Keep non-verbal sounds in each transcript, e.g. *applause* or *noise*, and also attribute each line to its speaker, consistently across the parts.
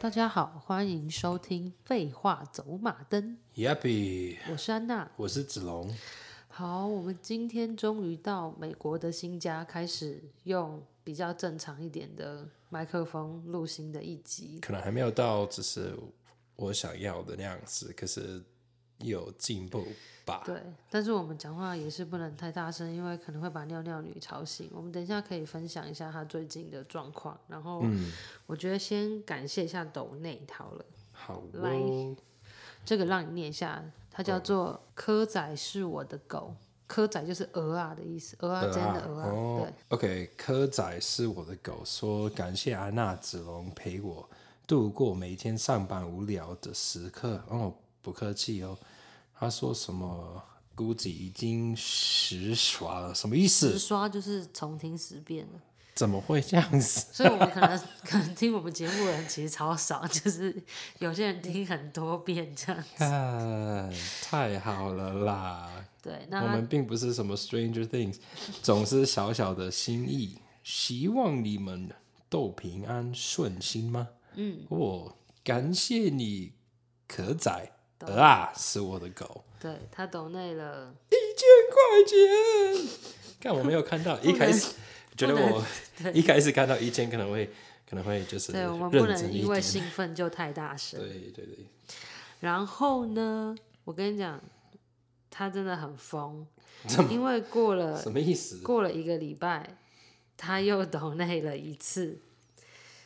Speaker 1: 大家好，欢迎收听《废话走马灯
Speaker 2: Yappy，》，
Speaker 1: 我是安娜。
Speaker 2: 我是子龙。
Speaker 1: 好，我们今天终于到美国的新家，开始用比较正常一点的麦克风录新的一集。
Speaker 2: 可能还没有到就是我想要的那样子，可是有进步吧？
Speaker 1: 对，但是我们讲话也是不能太大声，因为可能会把尿尿女吵醒。我们等一下可以分享一下她最近的状况，然后我觉得先感谢一下抖内好了。
Speaker 2: 好
Speaker 1: 来
Speaker 2: 哦，
Speaker 1: 这个让你念一下，它叫做“蚵仔是我的狗”，蚵仔就是鹅啊的意思，鹅啊真的鹅啊，
Speaker 2: 哦
Speaker 1: 对，
Speaker 2: ，OK，柯仔是我的狗，说感谢安娜子龙陪我度过每一天上班无聊的时刻。哦，不客气哦。他说什么？估计已经十刷了，什么意
Speaker 1: 十
Speaker 2: 思？
Speaker 1: 刷就是重听十遍了。
Speaker 2: 怎么会这样子？ *laughs*
Speaker 1: 所以我们可能可能听我们节目的人其实超少， *laughs* 就是有些人听很多遍这样。
Speaker 2: 看，太好了啦！
Speaker 1: 对，那
Speaker 2: 我
Speaker 1: 他
Speaker 2: 们并不是什么
Speaker 1: *laughs*
Speaker 2: Stranger Things，总是小小的心意，希望你们都平安顺心吗？嗯，我、感谢你，可仔，鹅啊，是我的狗，
Speaker 1: 对他抖内了，
Speaker 2: 一千块钱。看我没有看到，一开始觉得
Speaker 1: 不能
Speaker 2: 我一开始看到一千可能会可能会就是
Speaker 1: 对我们不
Speaker 2: 认
Speaker 1: 能
Speaker 2: 真一
Speaker 1: 因为
Speaker 2: 点，
Speaker 1: 兴奋就太大声。
Speaker 2: 对对对，
Speaker 1: 然后呢，我跟你讲，他真的很
Speaker 2: *laughs*
Speaker 1: 疯，因为过了
Speaker 2: 什么意思？
Speaker 1: 过了一个礼拜，他又抖内了一次，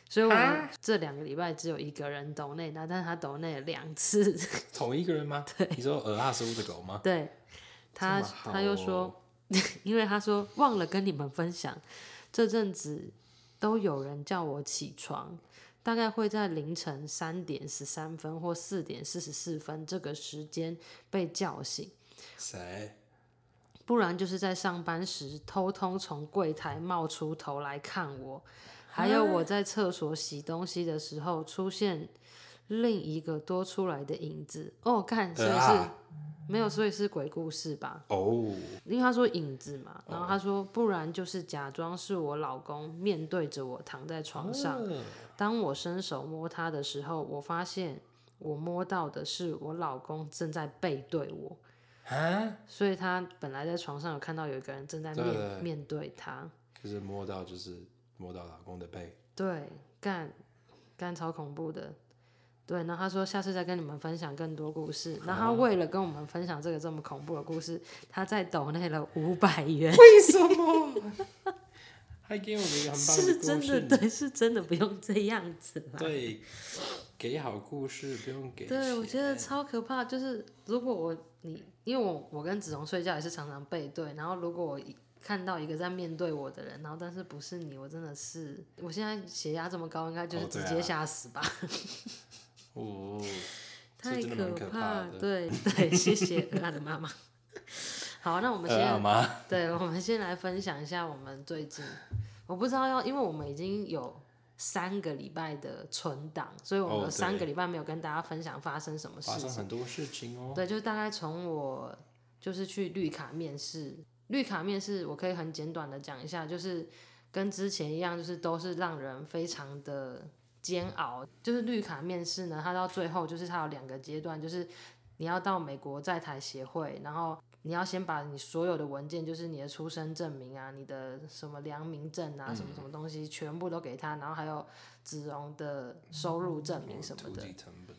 Speaker 1: 所以我们这两个礼拜只有一个人抖内，那但是他抖内了两次， *laughs*
Speaker 2: 同一个人吗？你说鹅啊是我的狗吗？
Speaker 1: 对他
Speaker 2: 这么好哦
Speaker 1: 他又说， *laughs* 因为他说忘了跟你们分享，这阵子都有人叫我起床。大概会在凌晨三点十三分或四点四十四分这个时间被叫醒，
Speaker 2: 谁？
Speaker 1: 不然就是在上班时偷偷从柜台冒出头来看我，还有我在厕所洗东西的时候出现另一个多出来的影子。哦，看，所以是、
Speaker 2: 啊
Speaker 1: 没有，所以是鬼故事吧？
Speaker 2: 哦，
Speaker 1: 因为他说影子嘛，然后他说不然就是假装是我老公面对着我躺在床上，
Speaker 2: 嗯
Speaker 1: 当我伸手摸他的时候，我发现我摸到的是我老公正在背对我。
Speaker 2: 啊，
Speaker 1: 所以他本来在床上有看到有一个人正在面
Speaker 2: 对对对
Speaker 1: 面对他，
Speaker 2: 就是摸到就是摸到老公的背，
Speaker 1: 对，干干超恐怖的，对。然后他说下次再跟你们分享更多故事。然后他为了跟我们分享这个这么恐怖的故事，他在抖内了五百元，
Speaker 2: 为什么？ *laughs* 还给我们一个很棒
Speaker 1: 是
Speaker 2: 故
Speaker 1: 真的，
Speaker 2: 事，
Speaker 1: 对，是真的不用这样子啦。
Speaker 2: 对，给好故事不用给
Speaker 1: 对，我
Speaker 2: 钱
Speaker 1: 觉得超可怕。就是如果我你，因为我我跟子龙睡觉也是常常背对，然后如果我一看到一个在面对我的人，然后但是不是你，我真的是，我现在血压这么高，应该就是
Speaker 2: 哦
Speaker 1: 直
Speaker 2: 对啊
Speaker 1: 接吓死吧，
Speaker 2: 哦，
Speaker 1: 太
Speaker 2: 这真的蛮可怕
Speaker 1: 怕。
Speaker 2: 的
Speaker 1: 对 *laughs* 对，谢谢恩爱的妈 *laughs* 妈。好，那我们
Speaker 2: 饿
Speaker 1: 先
Speaker 2: 了吗？
Speaker 1: 对，我们先来分享一下我们最近，我不知道要，因为我们已经有三个礼拜的存档，所以我们
Speaker 2: 哦
Speaker 1: 有三
Speaker 2: 对
Speaker 1: 个礼拜没有跟大家分享发生什么事
Speaker 2: 发
Speaker 1: 情
Speaker 2: 生。很多事情哦，
Speaker 1: 对，就是大概从我就是去绿卡面试，绿卡面试我可以很简短的讲一下，就是跟之前一样，就是都是让人非常的煎熬。就是绿卡面试呢，它到最后就是它有两个阶段，就是你要到美国在台协会，然后。你要先把你所有的文件，就是你的出生证明啊、你的什么良民证啊、什么什么东西，全部都给他，然后还有子荣的收入证明什么
Speaker 2: 土
Speaker 1: 的，
Speaker 2: 地成本，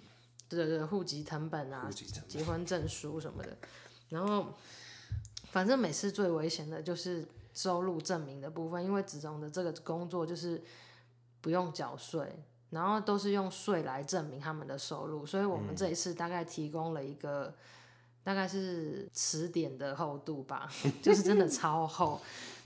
Speaker 1: 对对对，户籍成本啊
Speaker 2: 土，地成
Speaker 1: 结婚证书什么的。然后，反正每次最危险的就是收入证明的部分，因为子荣的这个工作就是不用缴税，然后都是用税来证明他们的收入，所以我们这一次大概提供了一个。大概是词典的厚度吧， *laughs* 就是真的超厚。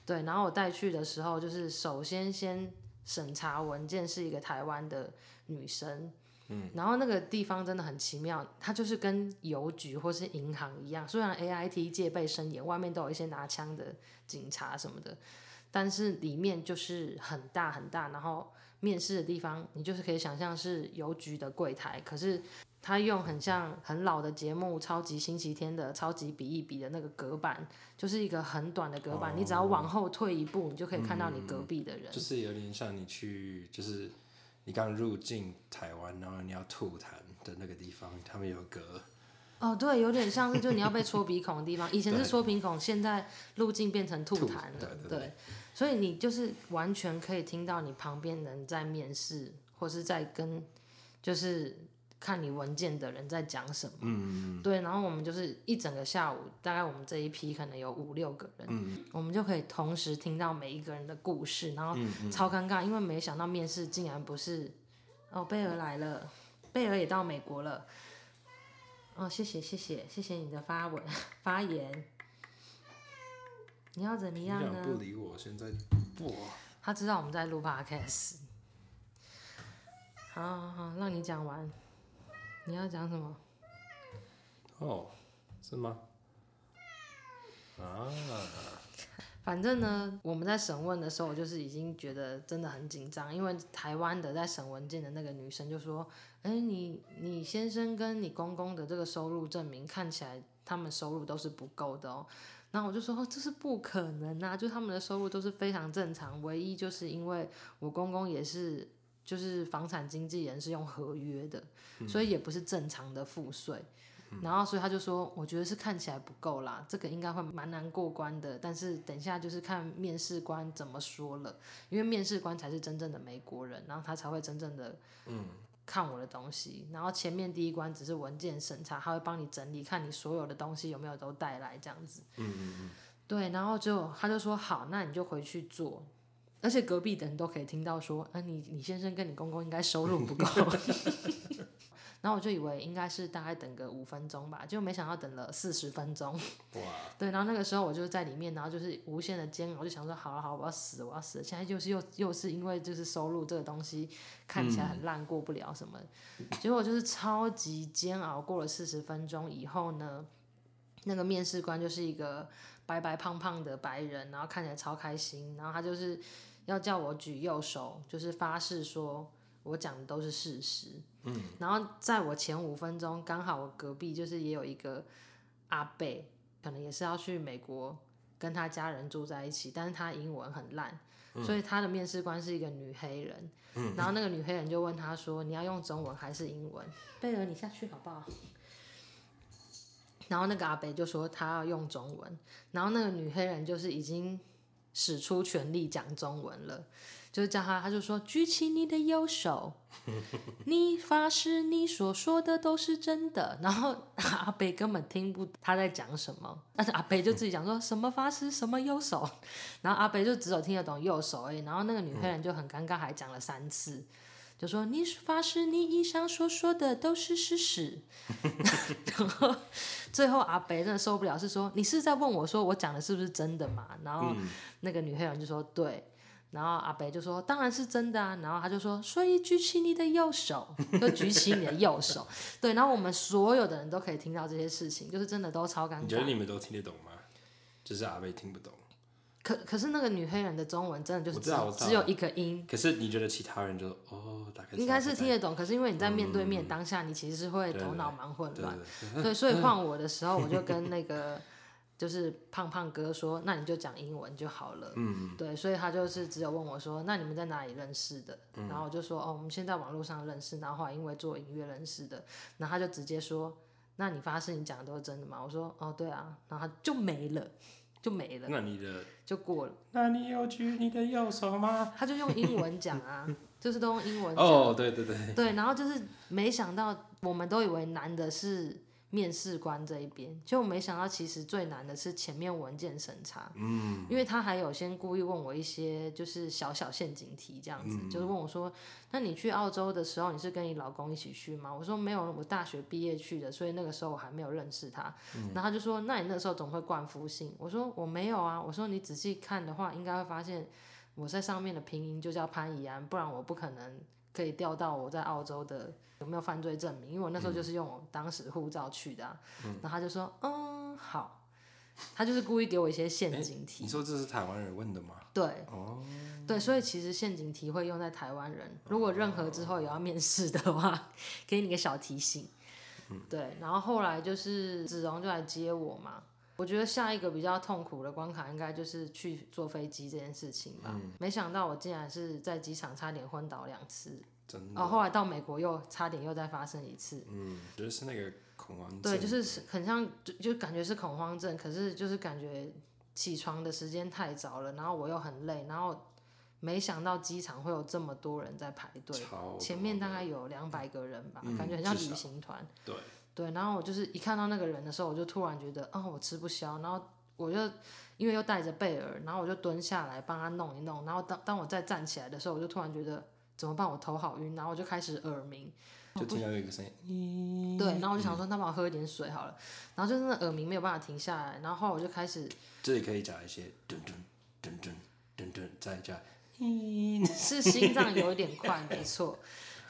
Speaker 1: 对，然后我带去的时候，就是首先先审查文件是一个台湾的女生，嗯，然后那个地方真的很奇妙，它就是跟邮局或是银行一样，虽然 A I T 戒备森严，外面都有一些拿枪的警察什么的，但是里面就是很大很大，然后面试的地方，你就是可以想象是邮局的柜台，可是他用很像很老的节目《超级星期天》的《超级比一比》的那个隔板，就是一个很短的隔板，你只要往后退一步，你就可以看到你隔壁的人。
Speaker 2: 就是有点像你去就是你刚入境台湾，然后你要吐痰的那个地方，他们有隔。
Speaker 1: 哦，对，有点像是就你要被戳鼻孔的地方，以前是
Speaker 2: 对
Speaker 1: 戳鼻孔，现在路径变成吐
Speaker 2: 吐
Speaker 1: 痰了，
Speaker 2: 对对对
Speaker 1: 所以你就是完全可以听到你旁边人在面试，或是在跟就是看你文件的人在讲什么，嗯，对，然后我们就是一整个下午，大概我们这一批可能有五六个人，我们就可以同时听到每一个人的故事，然后超尴尬，因为没想到面试竟然不是哦，贝尔来了，贝尔也到美国了。哦，谢谢谢谢谢谢你的发文 *laughs* 发言。你要怎么
Speaker 2: 你
Speaker 1: 样
Speaker 2: 俩
Speaker 1: 呢？
Speaker 2: 不理我，现在哇，
Speaker 1: 他知道我们在录 podcast。好好好，让你讲完。你要讲什么？
Speaker 2: 哦，是吗？啊，
Speaker 1: 反正呢，我们在审问的时候，我就是已经觉得真的很紧张，因为台湾的在审文件的那个女生就说：“哎、你你先生跟你公公的这个收入证明看起来他们收入都是不够的哦。”然后我就说：“哦，这是不可能啊！就他们的收入都是非常正常，唯一就是因为我公公也是就是房产经纪人是用合约的，所以也不是正常的付税。”
Speaker 2: 嗯
Speaker 1: 然后所以他就说，我觉得是看起来不够啦，这个应该会蛮难过关的。但是等一下就是看面试官怎么说了，因为面试官才是真正的美国人，然后他才会真正的
Speaker 2: 嗯
Speaker 1: 看我的东西。然后前面第一关只是文件审查，他会帮你整理，看你所有的东西有没有都带来这样子。
Speaker 2: 嗯嗯
Speaker 1: 对，然后就他就说好，那你就回去做。而且隔壁的人都可以听到说，啊，你你先生跟你公公应该收入不够。然后我就以为应该是大概等个五分钟吧，就没想到等了四十分钟。
Speaker 2: 嗯，哇，
Speaker 1: *laughs* 对，然后那个时候我就在里面，然后就是无限的煎熬，我就想说，好了啊好了，我要死了，我要死了。现在就是又又是因为就是收入这个东西看起来很烂，过不了什么的。结果就是超级煎熬，过了四十分钟以后呢，那个面试官就是一个白白胖胖的白人，然后看起来超开心，然后他就是要叫我举右手，就是发誓说我讲的都是事实。嗯，然后在我前五分钟，刚好我隔壁就是也有一个阿贝，可能也是要去美国跟他家人住在一起，但是他英文很烂，所以他的面试官是一个女黑人。然后那个女黑人就问他说：“你要用中文还是英文？”贝尔，你下去好不好？然后那个阿北就说他要用中文，然后那个女黑人就是已经使出全力讲中文了，就是叫他，他就说举起你的右手， *laughs* 你发誓你所说的都是真的， *laughs* 然后阿北根本听不他在讲什么，但是阿北就自己讲说什么发誓什么右手，然后阿北就只有听得懂右手而已，然后那个女黑人就很尴尬，还讲了三次，就说你发誓你以上所说的都是事实， *laughs* 然后最后阿北真的受不了，是说你是在问我说我讲的是不是真的嘛？然后
Speaker 2: 嗯
Speaker 1: 那个女黑人就说对。然后阿北就说：“当然是真的啊。”然后他就说：“所以举起你的右手， *laughs* 就举起你的右手。”对，然后我们所有的人都可以听到这些事情，就是真的都超尴尬。
Speaker 2: 你觉得你们都听得懂吗？只是阿贝听不懂，
Speaker 1: 可可是那个女黑人的中文真的就
Speaker 2: 我
Speaker 1: 是
Speaker 2: 知
Speaker 1: 只
Speaker 2: 道我知道
Speaker 1: 只有一个音，
Speaker 2: 可是你觉得其他人就哦，大概
Speaker 1: 应该是
Speaker 2: 这
Speaker 1: 听
Speaker 2: 样
Speaker 1: 得懂。可是因为你在面对面当下，你其实是会
Speaker 2: 对对
Speaker 1: 头
Speaker 2: 对
Speaker 1: 脑蛮混
Speaker 2: 对
Speaker 1: 乱
Speaker 2: 嗯对，
Speaker 1: 对，所以换我的时候，我就跟那
Speaker 2: *laughs*
Speaker 1: 个就是胖胖哥说，那你就讲英文就好了。嗯，对，所以他就是只有问我说，那你们在哪里认识的？
Speaker 2: 嗯
Speaker 1: 然后我就说，哦，我们先在网络上认识，然后后来因为做音乐认识的。然后他就直接说，那你发誓你讲的都是真的吗？我说，哦，对啊。然后他就没了，就没了，
Speaker 2: 那你的，
Speaker 1: 就过了。
Speaker 2: *laughs* 那你有举你的右手吗？
Speaker 1: 他就用英文讲啊，就是都用英文讲。
Speaker 2: 哦，对对对，
Speaker 1: 对，然后就是没想到，我们都以为难的是面试官这一边，就没想到其实最难的是前面文件审查，嗯，因为他还有先故意问我一些就是小小陷阱题这样子，就是问我说，那你去澳洲的时候你是跟你老公一起去吗？我说没有，我大学毕业去的，所以那个时候我还没有认识他，然后他就说，那你那时候总会冠夫姓？我说我没有啊，我说你仔细看的话，应该会发现。我在上面的拼音就叫潘怡安，不然我不可能可以调到我在澳洲的有没有犯罪证明，因为我那时候就是用我当时护照去的、啊。然后他就说，嗯，好，他就是故意给我一些陷阱题。
Speaker 2: 你说这是台湾人问的吗？
Speaker 1: 对
Speaker 2: 哦，
Speaker 1: 对，所以其实陷阱题会用在台湾人，如果任何之后也要面试的话， *laughs* 给你个小提醒。
Speaker 2: 嗯
Speaker 1: 对，然后后来就是子荣就来接我嘛。我觉得下一个比较痛苦的关卡应该就是
Speaker 2: 嗯
Speaker 1: 去坐飞机这件事情吧。没想到我竟然是在机场差点昏倒两次。
Speaker 2: 真的，
Speaker 1: 哦，后来到美国又差点又再发生一次，
Speaker 2: 嗯，就是那个恐慌症，
Speaker 1: 对，就是是很像，就就感觉是恐慌症，可是就是感觉起床的时间太早了，然后我又很累，然后没想到机场会有这么多人在排队，
Speaker 2: 超
Speaker 1: 前面
Speaker 2: 多
Speaker 1: 大概有两百个人吧，
Speaker 2: 嗯
Speaker 1: 感觉很像
Speaker 2: 至
Speaker 1: 旅
Speaker 2: 少
Speaker 1: 行团。
Speaker 2: 对，
Speaker 1: 对，然后我就是一看到那个人的时候，我就突然觉得，啊、我吃不消，然后我就因为又戴着贝尔，然后我就蹲下来帮他弄一弄，然后当当我再站起来的时候，我就突然觉得怎么办，我头好晕，然后我就开始耳鸣，
Speaker 2: 就听到有一个声音，
Speaker 1: 对，然后我就想说，那帮我喝一点水好了，然后就真的耳鸣没有办法停下来，然后后来我就开始
Speaker 2: 这里可以加一些噔噔噔噔噔噔，再加
Speaker 1: 是心脏有一点快，没错，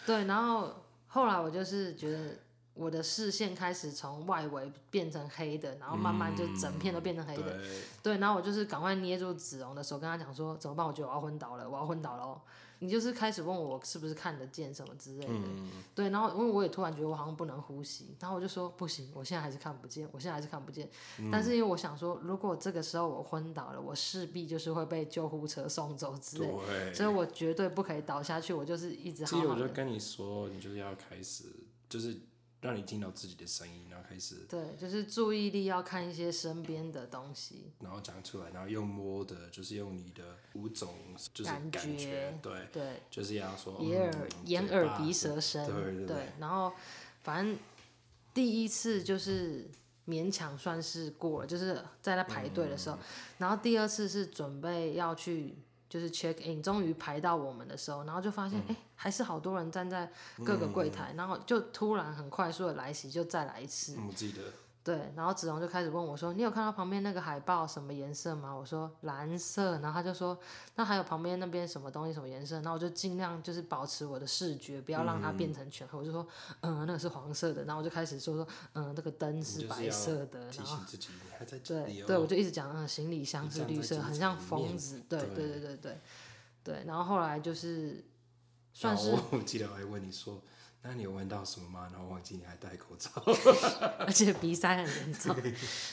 Speaker 1: 对，然后后来我就是觉得。我的视线开始从外围变成黑的，然后慢慢就整片都变成黑的，
Speaker 2: 嗯对，
Speaker 1: 对，然后我就是赶快捏住子龙的手，跟他讲说怎么办？我觉得我要昏倒了，我要昏倒了哦。你就是开始问我是不是看得见什么之类的，
Speaker 2: 嗯
Speaker 1: 对，然后因为我也突然觉得我好像不能呼吸，然后我就说不行，我现在还是看不见，我现在还是看不见。
Speaker 2: 嗯
Speaker 1: 但是因为我想说，如果这个时候我昏倒了，我势必就是会被救护车送走之类的，
Speaker 2: 对，
Speaker 1: 所以我绝对不可以倒下去，我就是一直
Speaker 2: 记
Speaker 1: 好
Speaker 2: 得
Speaker 1: 好
Speaker 2: 我就
Speaker 1: 的。
Speaker 2: 跟你说，你就是要开始，就是让你听到自己的声音，然后开始，
Speaker 1: 对，就是注意力要看一些身边的东西，
Speaker 2: 然后讲出来，然后用摸的，就是用你的五种就是
Speaker 1: 感
Speaker 2: 感
Speaker 1: 觉
Speaker 2: 对，
Speaker 1: 对，
Speaker 2: 就是要说
Speaker 1: 眼耳、
Speaker 2: 嗯
Speaker 1: 眼
Speaker 2: 嘴
Speaker 1: 耳
Speaker 2: 巴
Speaker 1: 鼻舌身，
Speaker 2: 对对对
Speaker 1: 然后反正第一次就是勉强算是过了，就是在那排队的
Speaker 2: 嗯
Speaker 1: 时候，然后第二次是准备要去。就是 check in，终于排到我们的时候，然后就发现，
Speaker 2: 嗯
Speaker 1: 哎、还是好多人站在各个柜台，然后就突然很快速的来袭，就再来一次。
Speaker 2: 嗯我记得，
Speaker 1: 对，然后子龙就开始问我说：“你有看到旁边那个海报什么颜色吗？”我说：“蓝色。”然后他就说：“那还有旁边那边什么东西什么颜色？”然后我就尽量就是保持我的视觉，不要让它变成全黑。我就说：“嗯，那个是黄色的。”然后我就开始说说：“嗯，这个灯
Speaker 2: 你
Speaker 1: 是
Speaker 2: 就是
Speaker 1: 白
Speaker 2: 要
Speaker 1: 色的。”
Speaker 2: 提
Speaker 1: 然后
Speaker 2: 醒自己你还在这里
Speaker 1: 对
Speaker 2: 哦，
Speaker 1: 对，我就一直讲，嗯，行李箱是
Speaker 2: 站
Speaker 1: 绿
Speaker 2: 在
Speaker 1: 色，
Speaker 2: 机
Speaker 1: 很
Speaker 2: 场
Speaker 1: 像
Speaker 2: 里
Speaker 1: 疯
Speaker 2: 面
Speaker 1: 子。对对
Speaker 2: 对
Speaker 1: 对对对对。然后后来就是算
Speaker 2: 然后
Speaker 1: 是，
Speaker 2: 我我记得我还问你说，那你有闻到什么吗？然后忘记你还戴口罩， *laughs*
Speaker 1: *laughs* 而且鼻塞很严重。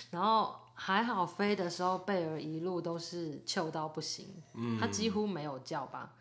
Speaker 1: 然后还好飞的时候，贝尔一路都是臭到不行，他几乎没有叫吧。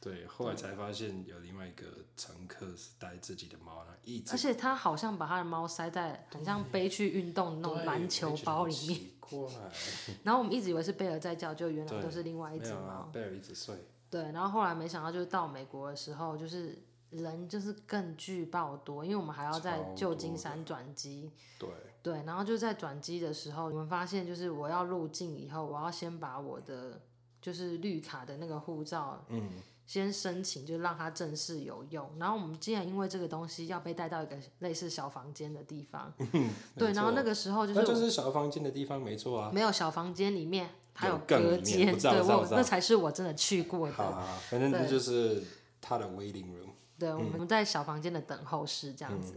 Speaker 2: 对，后来才发现有另外一个乘客是带自己的猫，然后一直
Speaker 1: 而且他好像把他的猫塞在很像背去运动那种
Speaker 2: 对
Speaker 1: 篮球包里，面， *laughs*
Speaker 2: 我也觉得很奇
Speaker 1: 然后我们一直以为是贝尔在叫，就原来
Speaker 2: 对
Speaker 1: 都是另外
Speaker 2: 怪，
Speaker 1: 一
Speaker 2: 没
Speaker 1: 只
Speaker 2: 有
Speaker 1: 猫
Speaker 2: 啊。，贝尔一直睡，
Speaker 1: 对，然后后来没想到，就是到美国的时候，就是人就是更巨爆多，因为我们还要在
Speaker 2: 超多
Speaker 1: 旧金
Speaker 2: 的
Speaker 1: 山转机，
Speaker 2: 对，
Speaker 1: 对，然后就在转机的时候，我们发现就是我要入境以后，我要先把我的就是绿卡的那个护照
Speaker 2: 嗯，
Speaker 1: 先申请，就让它正式有用。然后我们竟然因为这个东西要被带到一个类似小房间的地方，对，
Speaker 2: 嗯没
Speaker 1: 然后
Speaker 2: 错
Speaker 1: 那个时候就
Speaker 2: 那
Speaker 1: 是
Speaker 2: 就
Speaker 1: 我
Speaker 2: 是小房间的地方，没错啊。
Speaker 1: 没有小房间里面还
Speaker 2: 有
Speaker 1: 有
Speaker 2: 更
Speaker 1: 隔
Speaker 2: 里面
Speaker 1: 间，
Speaker 2: 我知道
Speaker 1: 对
Speaker 2: 我知道
Speaker 1: 我
Speaker 2: 我知
Speaker 1: 那
Speaker 2: 道
Speaker 1: 才是我真的去过
Speaker 2: 好
Speaker 1: 的。
Speaker 2: 好，好反正那就是他的 waiting room，
Speaker 1: 对，我
Speaker 2: 嗯
Speaker 1: 们在小房间的等候室这样子。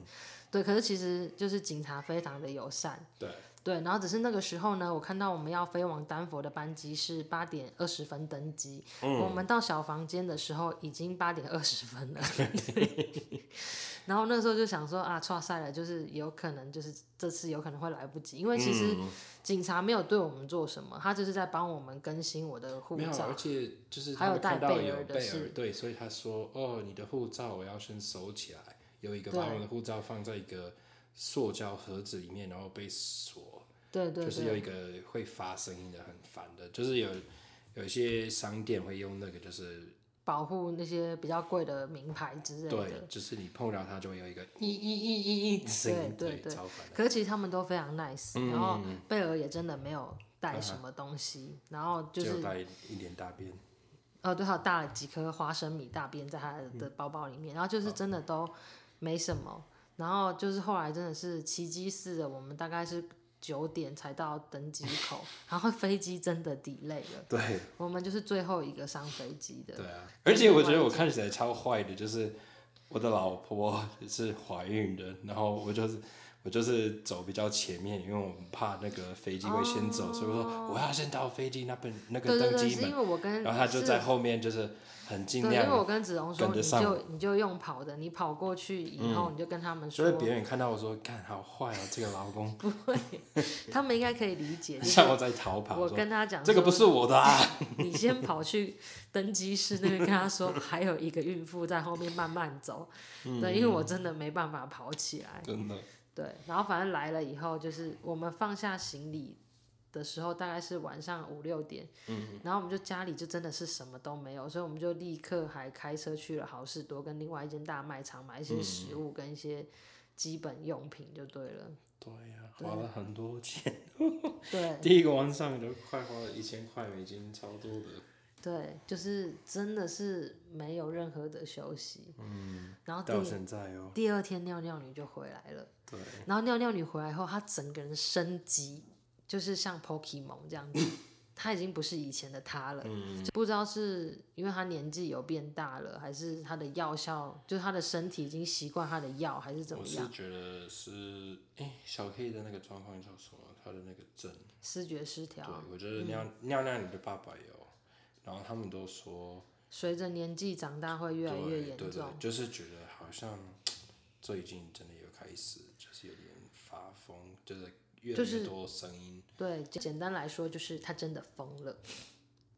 Speaker 1: 对，可是其实就是警察非常的友善。
Speaker 2: 对，
Speaker 1: 对，然后只是那个时候呢，我看到我们要飞往丹佛的班机是八点二十分登机，
Speaker 2: 嗯
Speaker 1: 我们到小房间的时候已经八点二十分了。 *laughs* 然后那时候就想说啊，错赛了，就是有可能就是这次有可能会来不及，因为其
Speaker 2: 嗯
Speaker 1: 实警察没有对我们做什么，他就是在帮我们更新我的护
Speaker 2: 没有，
Speaker 1: 照
Speaker 2: 而。且就是
Speaker 1: 还有
Speaker 2: 他们看到
Speaker 1: 戴贝尔
Speaker 2: 有
Speaker 1: 的
Speaker 2: 贝
Speaker 1: 是
Speaker 2: 尔，对，所以他说哦，你的护照我要先收起来，有一个把
Speaker 1: 对
Speaker 2: 我的护照放在一个塑胶盒子里面，然后被锁，
Speaker 1: 对对对，
Speaker 2: 就是有一个会发声音的，很烦的，就是有有一些商店会用那个，就是
Speaker 1: 保护那些比较贵的名牌之类的。
Speaker 2: 对，就是你碰到它就会有一个一一一一一声音，
Speaker 1: 对对
Speaker 2: 超烦的，
Speaker 1: 可是其实他们都非常 nice，、然
Speaker 2: 嗯
Speaker 1: 后贝尔也真的没有带什么东西，然后就
Speaker 2: 只有
Speaker 1: 是
Speaker 2: 带一点大便，
Speaker 1: 哦对，还有带了几颗花生米大便在他的
Speaker 2: 嗯
Speaker 1: 包包里面，然后就是真的都没什么，然后就是后来真的是奇迹似的，我们大概是九点才到登机口，
Speaker 2: *laughs*
Speaker 1: 然后飞机真的 delay 了，
Speaker 2: 对。
Speaker 1: 我们就是最后一个上飞机的，
Speaker 2: 对啊，而且我觉得我看起 *laughs* 来超坏的，就是我的老婆是怀孕的，然后我就是我就是走比较前面，因为我怕那个飞机会先走，所以我说我要先到飞机那边那
Speaker 1: 哦对
Speaker 2: 个
Speaker 1: 对
Speaker 2: 登
Speaker 1: 对，
Speaker 2: 机
Speaker 1: 是
Speaker 2: 门，
Speaker 1: 因为我跟
Speaker 2: 然后他就是在后面就是很尽
Speaker 1: 对，因为我
Speaker 2: 量，
Speaker 1: 跟子龙说，
Speaker 2: 跟得
Speaker 1: 你
Speaker 2: 上
Speaker 1: 就你就用跑的，你跑过去以后，你就跟他们
Speaker 2: 就
Speaker 1: 说
Speaker 2: 是，别人看到我说干好坏哦，这个老公
Speaker 1: 他们应该可以理解。就是
Speaker 2: *laughs* 像我在逃跑，
Speaker 1: 我
Speaker 2: 说
Speaker 1: 跟他讲，
Speaker 2: 这个不是我的啊，
Speaker 1: 你先跑去登机室那边跟他说，还有一个孕妇在后面慢慢走。
Speaker 2: 嗯
Speaker 1: 对，因为我真的没办法跑起来。
Speaker 2: 真的，
Speaker 1: 对，然后反正来了以后，就是我们放下行李的时候，大概是晚上五六点。嗯，然后我们就家里就真的是什么都没有，所以我们就立刻还开车去了好事多跟另外一间大卖场买一
Speaker 2: 嗯
Speaker 1: 些食物跟一些基本用品就对了。
Speaker 2: 对呀、
Speaker 1: 对
Speaker 2: 花了很多钱，
Speaker 1: 对
Speaker 2: *laughs* 第一个晚上都快花了一千块美金，超多的。
Speaker 1: 对，就是真的是没有任何的休息。嗯，然后
Speaker 2: 到
Speaker 1: 第
Speaker 2: 现在哦，
Speaker 1: 第二天尿尿女就回来了。
Speaker 2: 对，
Speaker 1: 然后尿尿女回来后，她整个人升级，就是像 Pokemon 这样子，她已经不是以前的她了。
Speaker 2: 嗯
Speaker 1: 就不知道是因为她年纪有变大了，还是她的药效，就是她的身体已经习惯她的药，还是怎
Speaker 2: 我
Speaker 1: 么
Speaker 2: 是
Speaker 1: 样？
Speaker 2: 觉得是，哎、小 K 的那个状况叫什么？他的那个症，
Speaker 1: 视觉失
Speaker 2: 对
Speaker 1: 调，
Speaker 2: 我觉得尿、尿尿你的爸爸有，然后他们都说，
Speaker 1: 随着年纪长大会越来
Speaker 2: 对
Speaker 1: 越
Speaker 2: 对
Speaker 1: 严
Speaker 2: 对
Speaker 1: 重。
Speaker 2: 就是觉得好像最近真的有开始，就是有点发疯，就是越
Speaker 1: 就
Speaker 2: 来越多声音。
Speaker 1: 对，就简单来说就是她真的疯了。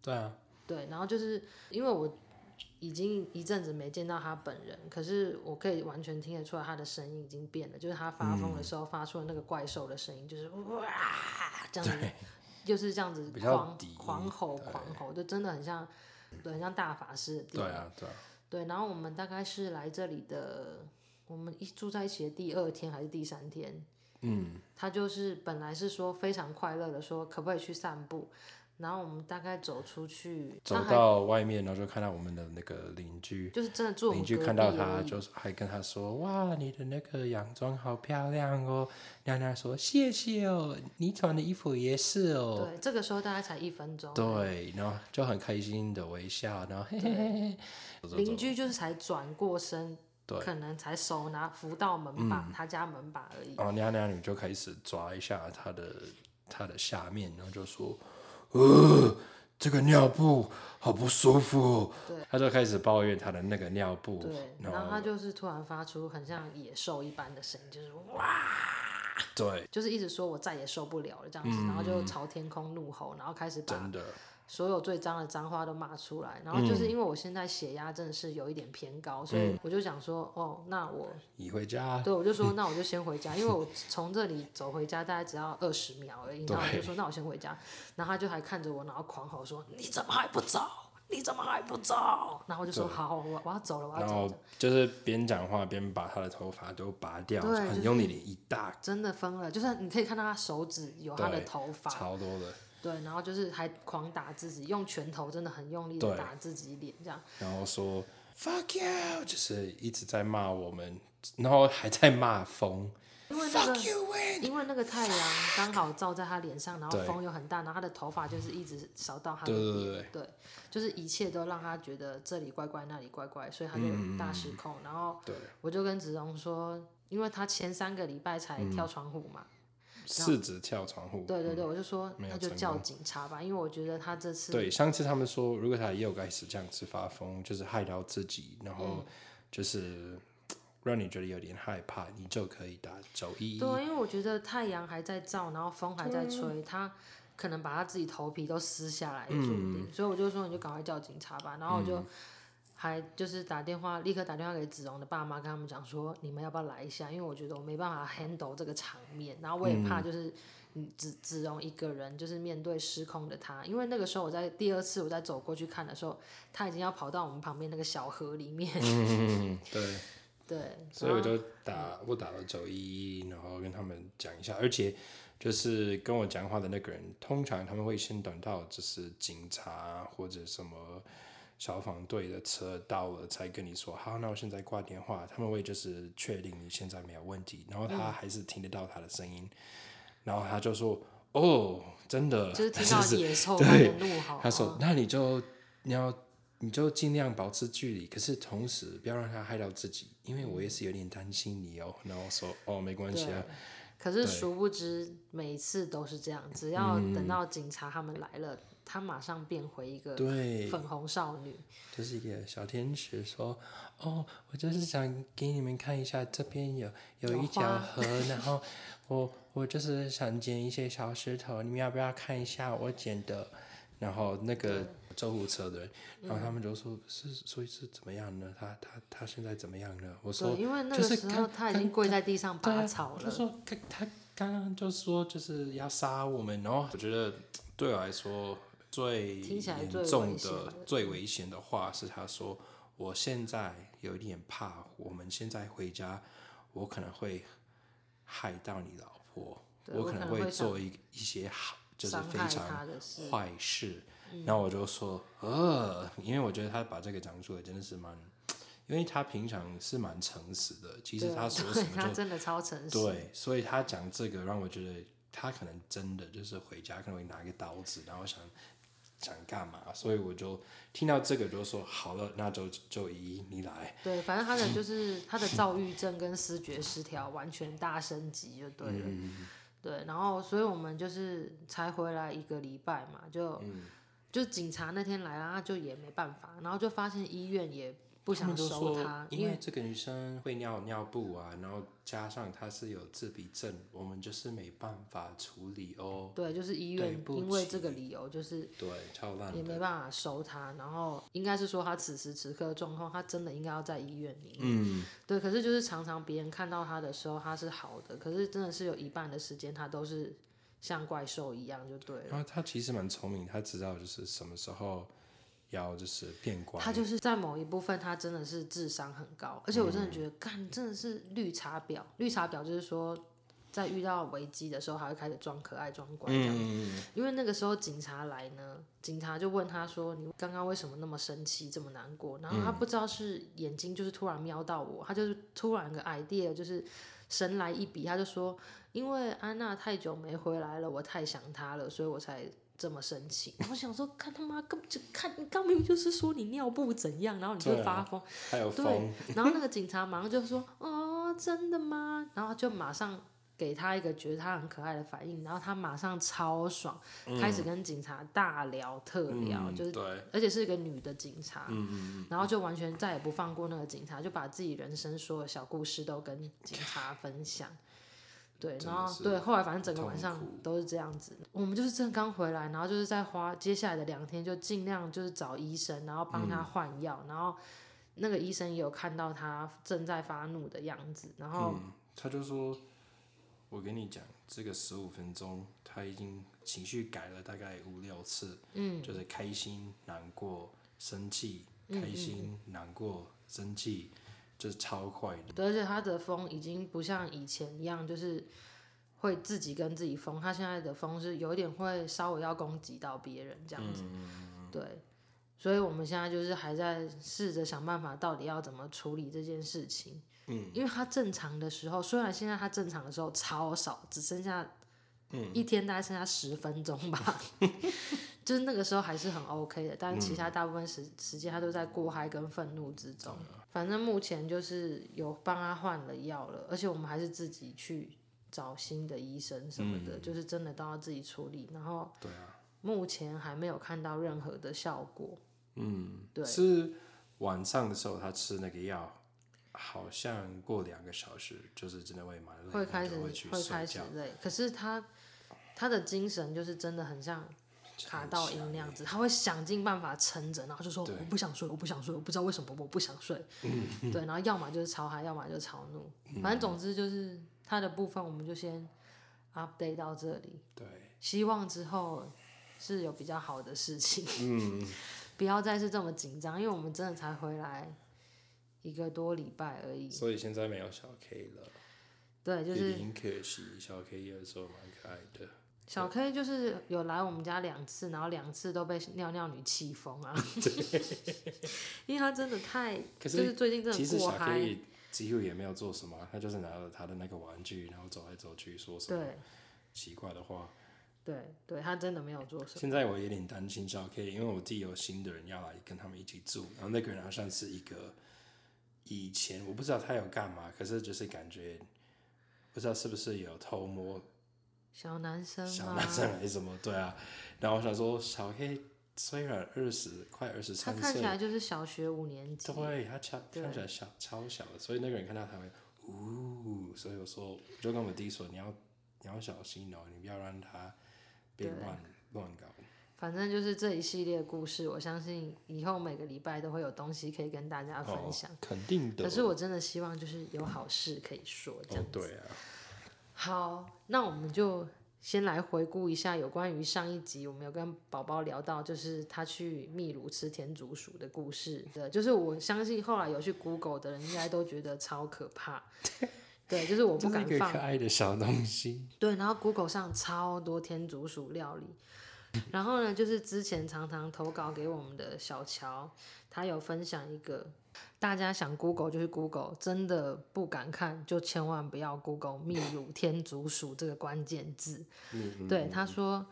Speaker 2: 对啊，
Speaker 1: 对，然后就是因为我已经一阵子没见到他本人，可是我可以完全听得出来他的声音已经变了，就是他发疯
Speaker 2: 嗯
Speaker 1: 的时候发出的那个怪兽的声音，就是哇这样子，就是这样子
Speaker 2: 比较
Speaker 1: 狂
Speaker 2: 低
Speaker 1: 狂吼
Speaker 2: 对
Speaker 1: 狂吼，就真的很像，对，很像大法师的地
Speaker 2: 对
Speaker 1: 方。
Speaker 2: 啊，对啊，
Speaker 1: 对，然后我们大概是来这里的，我们一住在一起的第二天还是第三天，
Speaker 2: 嗯，
Speaker 1: 他就是本来是说非常快乐的说可不可以去散步，然后我们大概走出去，
Speaker 2: 走
Speaker 1: 他还
Speaker 2: 到外面，然后就看到我们的那个邻居，
Speaker 1: 就是真的住我
Speaker 2: 邻
Speaker 1: 们
Speaker 2: 居
Speaker 1: 隔壁哦
Speaker 2: 看到
Speaker 1: 而
Speaker 2: 他，
Speaker 1: 已
Speaker 2: 就是还跟他说：“哇，你的那个洋装好漂亮哦。”娘娘说：“谢谢哦，你穿的衣服也是哦。
Speaker 1: 对，这个时候大概才一分钟”。
Speaker 2: 对，然后就很开心的微笑，然后嘿嘿嘿嘿。走走
Speaker 1: 邻居就是才转过身，
Speaker 2: 对嗯
Speaker 1: 可能才手拿扶到门把，他家门把而已。
Speaker 2: 然后娘娘女就开始抓一下他的他的下面，然后就说：“呃，这个尿布好不舒服哦。”他就开始抱怨他的哦那个尿布，
Speaker 1: 对，
Speaker 2: 然
Speaker 1: 然后
Speaker 2: 后
Speaker 1: 他就是突然发出很像野兽一般的声音，就是哇，
Speaker 2: 对，
Speaker 1: 就是一直说我再也受不了了这样子，然后就朝天空怒吼，然后开始把
Speaker 2: 嗯真的，嗯
Speaker 1: 所有最脏的脏话都骂出来。然后就是因为我现在血压真的是有一点偏高，所以我就想说，哦，那我
Speaker 2: 你回家
Speaker 1: 对，我就
Speaker 2: 嗯
Speaker 1: 说那我就先回家，因为我从这里走回家大概只要二十秒而已。然后我就说那我先回家，然后他就还看着我，然后狂吼说你怎么还不走？你怎么还不走？然后我就说好，我我要走了，我要
Speaker 2: 然
Speaker 1: 走
Speaker 2: 后
Speaker 1: 了。
Speaker 2: 就是边讲话边把他的头发都拔掉，
Speaker 1: 对就
Speaker 2: 很
Speaker 1: 是
Speaker 2: 用力的一大
Speaker 1: 真的疯了，就是你可以看到他手指有他的
Speaker 2: 对
Speaker 1: 头发，
Speaker 2: 超多的，
Speaker 1: 对，然后就是还狂打自己，用拳头真的很用力的
Speaker 2: 对
Speaker 1: 打自己脸，这样
Speaker 2: 然后说 fuck you，就是一直在骂我们，然后还在骂风
Speaker 1: 因为那个
Speaker 2: ，fuck you win，
Speaker 1: 因为那个太阳刚好照在他脸上，然后
Speaker 2: 对
Speaker 1: 风又很大，然后他的头发就是一直扫到他的
Speaker 2: 对
Speaker 1: 脸，
Speaker 2: 对对
Speaker 1: 就是一切都让他觉得这里怪怪，那里怪怪，所以
Speaker 2: 嗯
Speaker 1: 他就大失控。然后
Speaker 2: 对，
Speaker 1: 我就跟子荣说，因为他前三个礼拜
Speaker 2: 嗯
Speaker 1: 才跳窗户嘛，
Speaker 2: 四指跳窗户，
Speaker 1: 对对对，我就说
Speaker 2: 没有
Speaker 1: 那就
Speaker 2: 成
Speaker 1: 叫警察吧，因为我觉得他这次
Speaker 2: 对，上次他们说，如果他又开始这样子发疯，就是害到自己，然后就是让你觉得有点害怕，你就可以打走
Speaker 1: *laughs*
Speaker 2: 一一，
Speaker 1: 对，因为我觉得太阳还在照，然后风还
Speaker 2: 啊
Speaker 1: 在吹，他可能把他自己头皮都撕下来也
Speaker 2: 嗯
Speaker 1: 说不定。所以我就说，你就赶快叫警察吧。然后我就还就是打电话，立刻打电话给子荣的爸妈，跟他们讲说，你们要不要来一下？因为我觉得我没办法 handle 这个场面，然后我也怕就是。嗯子子荣一个人就是面对失控的他，因为那个时候我在第二次我在走过去看的时候，他已经要跑到我们旁边那个小河里面， *laughs*
Speaker 2: 嗯，对。
Speaker 1: 对，
Speaker 2: 所以我就打我打了九一一，然后跟他们讲一下，而且就是跟我讲话的那个人，通常他们会先等到就是警察或者什么消防队的车到了，才跟你说好，那我现在挂电话，他们会就是确定你现在没有问题，然后
Speaker 1: 嗯
Speaker 2: 他还是听得到他的声音，然后他就说哦，真的，
Speaker 1: 就是听
Speaker 2: *laughs* 但
Speaker 1: 到
Speaker 2: 是
Speaker 1: 野兽般的
Speaker 2: 对 *laughs*
Speaker 1: 怒吼，哦
Speaker 2: 他说：“那你就你要你就尽量保持距离，可是同时不要让它害到自己，因为我也是有点担心你哦。然后说哦，没关系啊，
Speaker 1: 可是殊不知每一次都是这样，只要
Speaker 2: 嗯
Speaker 1: 等到警察他们来了，他马上变回一个
Speaker 2: 对，
Speaker 1: 粉红少女。
Speaker 2: 就是一个小天使说：“哦，我就是想给你们看一下，这边有有一条河，
Speaker 1: *laughs*
Speaker 2: 然后我我就是想捡一些小石头，你们要不要看一下我捡的？”然后那个救护车的人，然后
Speaker 1: 嗯
Speaker 2: 他们就说：“是，所以是怎么样呢？他他他现在怎么样呢？”我说
Speaker 1: 对，因为那
Speaker 2: 就
Speaker 1: 个
Speaker 2: 是
Speaker 1: 时候他已经跪在地上：“
Speaker 2: 对
Speaker 1: 拔
Speaker 2: 啊
Speaker 1: 草：“
Speaker 2: 他
Speaker 1: 了。
Speaker 2: 说他他刚刚就说就是要杀我们。”然后我觉得对我来说最
Speaker 1: 听起来
Speaker 2: 严
Speaker 1: 最危
Speaker 2: 重
Speaker 1: 险
Speaker 2: 的
Speaker 1: 的、
Speaker 2: 最危险的话是他说：“我现在有一点怕，我们现在回家，我可能会害到你老婆，
Speaker 1: 对
Speaker 2: 我
Speaker 1: 我
Speaker 2: 可
Speaker 1: 可
Speaker 2: 能
Speaker 1: 能会
Speaker 2: 做一一些好，就是
Speaker 1: 伤
Speaker 2: 非
Speaker 1: 害他
Speaker 2: 常
Speaker 1: 的事嗯
Speaker 2: 坏事。”然后我就说：“呃，因为我觉得他把这个讲出来真的是蛮。”因为他平常是蛮诚实的，其实
Speaker 1: 对啊
Speaker 2: 他说什
Speaker 1: 对
Speaker 2: 么
Speaker 1: 他
Speaker 2: 就
Speaker 1: 真的超诚实。
Speaker 2: 对，所以他讲这个让我觉得他可能真的就是回家可能会拿一个刀子，然后想想干嘛，所以我就听到这个就说好了，那就就依你来。
Speaker 1: 对，反正他的就是他的躁郁症跟思觉失调完全大升级就对了。对，然后所以我们就是才回来一个礼拜嘛，就、就警察那天来啊，就也没办法，然后就发现医院也不
Speaker 2: 他们
Speaker 1: 想
Speaker 2: 就
Speaker 1: 收
Speaker 2: 说
Speaker 1: 他，，
Speaker 2: 因为这个女生会尿尿布啊，然后加上她是有自闭症，我们就是没办法处理哦。
Speaker 1: 对，就是医
Speaker 2: 对
Speaker 1: 院
Speaker 2: 不
Speaker 1: 因为
Speaker 2: 起
Speaker 1: 这个理由就是。
Speaker 2: 对，超烂
Speaker 1: 也
Speaker 2: 的。
Speaker 1: 没办法收他，然后应该是说他此时此刻的状况，他真的应该要在医院里面。
Speaker 2: 嗯，
Speaker 1: 对，可是就是常常别人看到他的时候，他是好的，可是真的是有一半的时间他都是像怪兽一样，就对了。
Speaker 2: 然后她其实蛮聪明，她知道就是什么时候要就是变乖。
Speaker 1: 他就是在某一部分，他真的是智商很高，而且我真的觉得，干、真的是绿茶婊。绿茶婊就是说，在遇到危机的时候，还会开始装可爱、装乖这样。因为那个时候警察来呢，警察就问他说：“你刚刚为什么那么生气，这么难过？”然后他不知道是眼睛就是突然瞄到我，他就是突然有个 idea 就是神来一笔，他就说：“因为安娜太久没回来了，我太想她了，所以我才这么生气。” *laughs* 然后我想说，看他妈根本就看，你刚明明就是说你尿布怎样，然后你就
Speaker 2: 对啊
Speaker 1: 发疯。
Speaker 2: 还有
Speaker 1: 对
Speaker 2: 风，
Speaker 1: 然后那个警察马上就说：“哦，真的吗？”然后就马上给他一个觉得他很可爱的反应，然后他马上超爽，开始跟警察大聊特聊，
Speaker 2: 嗯
Speaker 1: 就是
Speaker 2: 对。嗯
Speaker 1: 而且是一个女的警察，然后就完全再也不放过那个警察，就把自己人生所有小故事都跟警察分享。对，
Speaker 2: 真的
Speaker 1: 然后
Speaker 2: 是
Speaker 1: 对，后来反正整个晚上
Speaker 2: 痛苦
Speaker 1: 都是这样子。我们就是正刚回来，然后就是在花接下来的两天，就尽量就是找医生，然后帮他换药，然后那个医生也有看到他正在发怒的样子，然后
Speaker 2: 嗯，他就说：“我跟你讲，这个十五分钟，他已经情绪改了大概五六次，嗯，就是开心、难过、生气，
Speaker 1: 嗯
Speaker 2: 开心、难过、生气，就是超快的。
Speaker 1: 对，而且他的风已经不像以前一样，就是会自己跟自己疯。他现在的风是有点会稍微要攻击到别人这样子，对。所以我们现在就是还在试着想办法，到底要怎么处理这件事情。嗯，因为他正常的时候，虽然现在他正常的时候超少，只剩下，一天大概剩下十分钟吧，就是那个时候还是很 OK 的，但
Speaker 2: 嗯
Speaker 1: 其他大部分时时间他都在过嗨跟愤怒之中。
Speaker 2: 嗯
Speaker 1: 反正目前就是有帮他换了药了，而且我们还是自己去找新的医生什么的，就是真的都要自己处理。然后
Speaker 2: 嗯对啊，
Speaker 1: 目前还没有看到任何的效果。
Speaker 2: 嗯，
Speaker 1: 对
Speaker 2: 是晚上的时候他吃那个药，好像过两个小时，就是真的会蛮累，
Speaker 1: 会
Speaker 2: 他
Speaker 1: 开
Speaker 2: 就
Speaker 1: 始
Speaker 2: 会去
Speaker 1: 会开
Speaker 2: 睡
Speaker 1: 始
Speaker 2: 觉。
Speaker 1: 累，可是他他的精神就是真的很像卡到音那样子，他会想尽办法撑着，然后就说
Speaker 2: 对
Speaker 1: 我不想睡，我不想睡，我不知道为什么我不想
Speaker 2: *laughs*
Speaker 1: 睡，对，然后要么就是超嗨，要么就是超怒，
Speaker 2: 嗯
Speaker 1: 反正总之就是他的部分我们就先 update 到这里，
Speaker 2: 对，
Speaker 1: 希望之后是有比较好的事情，
Speaker 2: 嗯，
Speaker 1: *laughs* 不要再是这么紧张，因为我们真的才回来一个多礼拜而已，
Speaker 2: 所以现在没有小 K 了，
Speaker 1: 对，就
Speaker 2: 有
Speaker 1: 是
Speaker 2: 点可惜。小 K 有时候蛮可爱的。”
Speaker 1: 小 K 就是有来我们家两次，然后两次都被尿尿女气疯啊。 *laughs* 因为他真的太，
Speaker 2: 可是
Speaker 1: 就是最近真
Speaker 2: 其
Speaker 1: 的
Speaker 2: 实
Speaker 1: 过
Speaker 2: 小
Speaker 1: 嗨。
Speaker 2: K 几乎也没有做什么，他就是拿了他的那个玩具，然后走来走去，说什么
Speaker 1: 对，
Speaker 2: 奇怪的话，
Speaker 1: 对对，他真的没有做什么。
Speaker 2: 现在我有点担心小 K，因为我弟有新的人要来跟他们一起住，然后那个人好像是一个以前我不知道他有干嘛，可是就是感觉不知道是不是有偷摸
Speaker 1: 小男生
Speaker 2: 小
Speaker 1: 吗？
Speaker 2: 男生还是什么，对啊。然后我想说，小 K 虽然二十快二十
Speaker 1: 他
Speaker 2: 三
Speaker 1: 看起
Speaker 2: 岁，
Speaker 1: 来就是小学五年级。
Speaker 2: 对他超
Speaker 1: 对
Speaker 2: 看起来小超小的，所以那个人看到他会呜，所以我说我就跟我弟说，你要你要小心哦，你不要让他被
Speaker 1: 对
Speaker 2: 乱乱搞。
Speaker 1: 反正就是这一系列故事，我相信以后每个礼拜都会有东西可以跟大家分享。
Speaker 2: 哦、肯定的。
Speaker 1: 可是我真的希望就是有好事可以说，这样
Speaker 2: 哦，对啊，
Speaker 1: 好，那我们就先来回顾一下有关于上一集我们有跟宝宝聊到，就是他去秘鲁吃天竺鼠的故事的，就是我相信后来有去 Google 的人应该都觉得超可怕。对，就是我
Speaker 2: 这
Speaker 1: 不
Speaker 2: 是
Speaker 1: 敢
Speaker 2: 一个
Speaker 1: 放
Speaker 2: 可。爱的小东西。
Speaker 1: 对，然后 Google 上超多天竺鼠料理。然后呢，就是之前常常投稿给我们的小乔，他有分享一个，大家想 Google 就去 Google，真的不敢看就千万不要 Google 秘鲁天竺鼠这个关键字。对，他说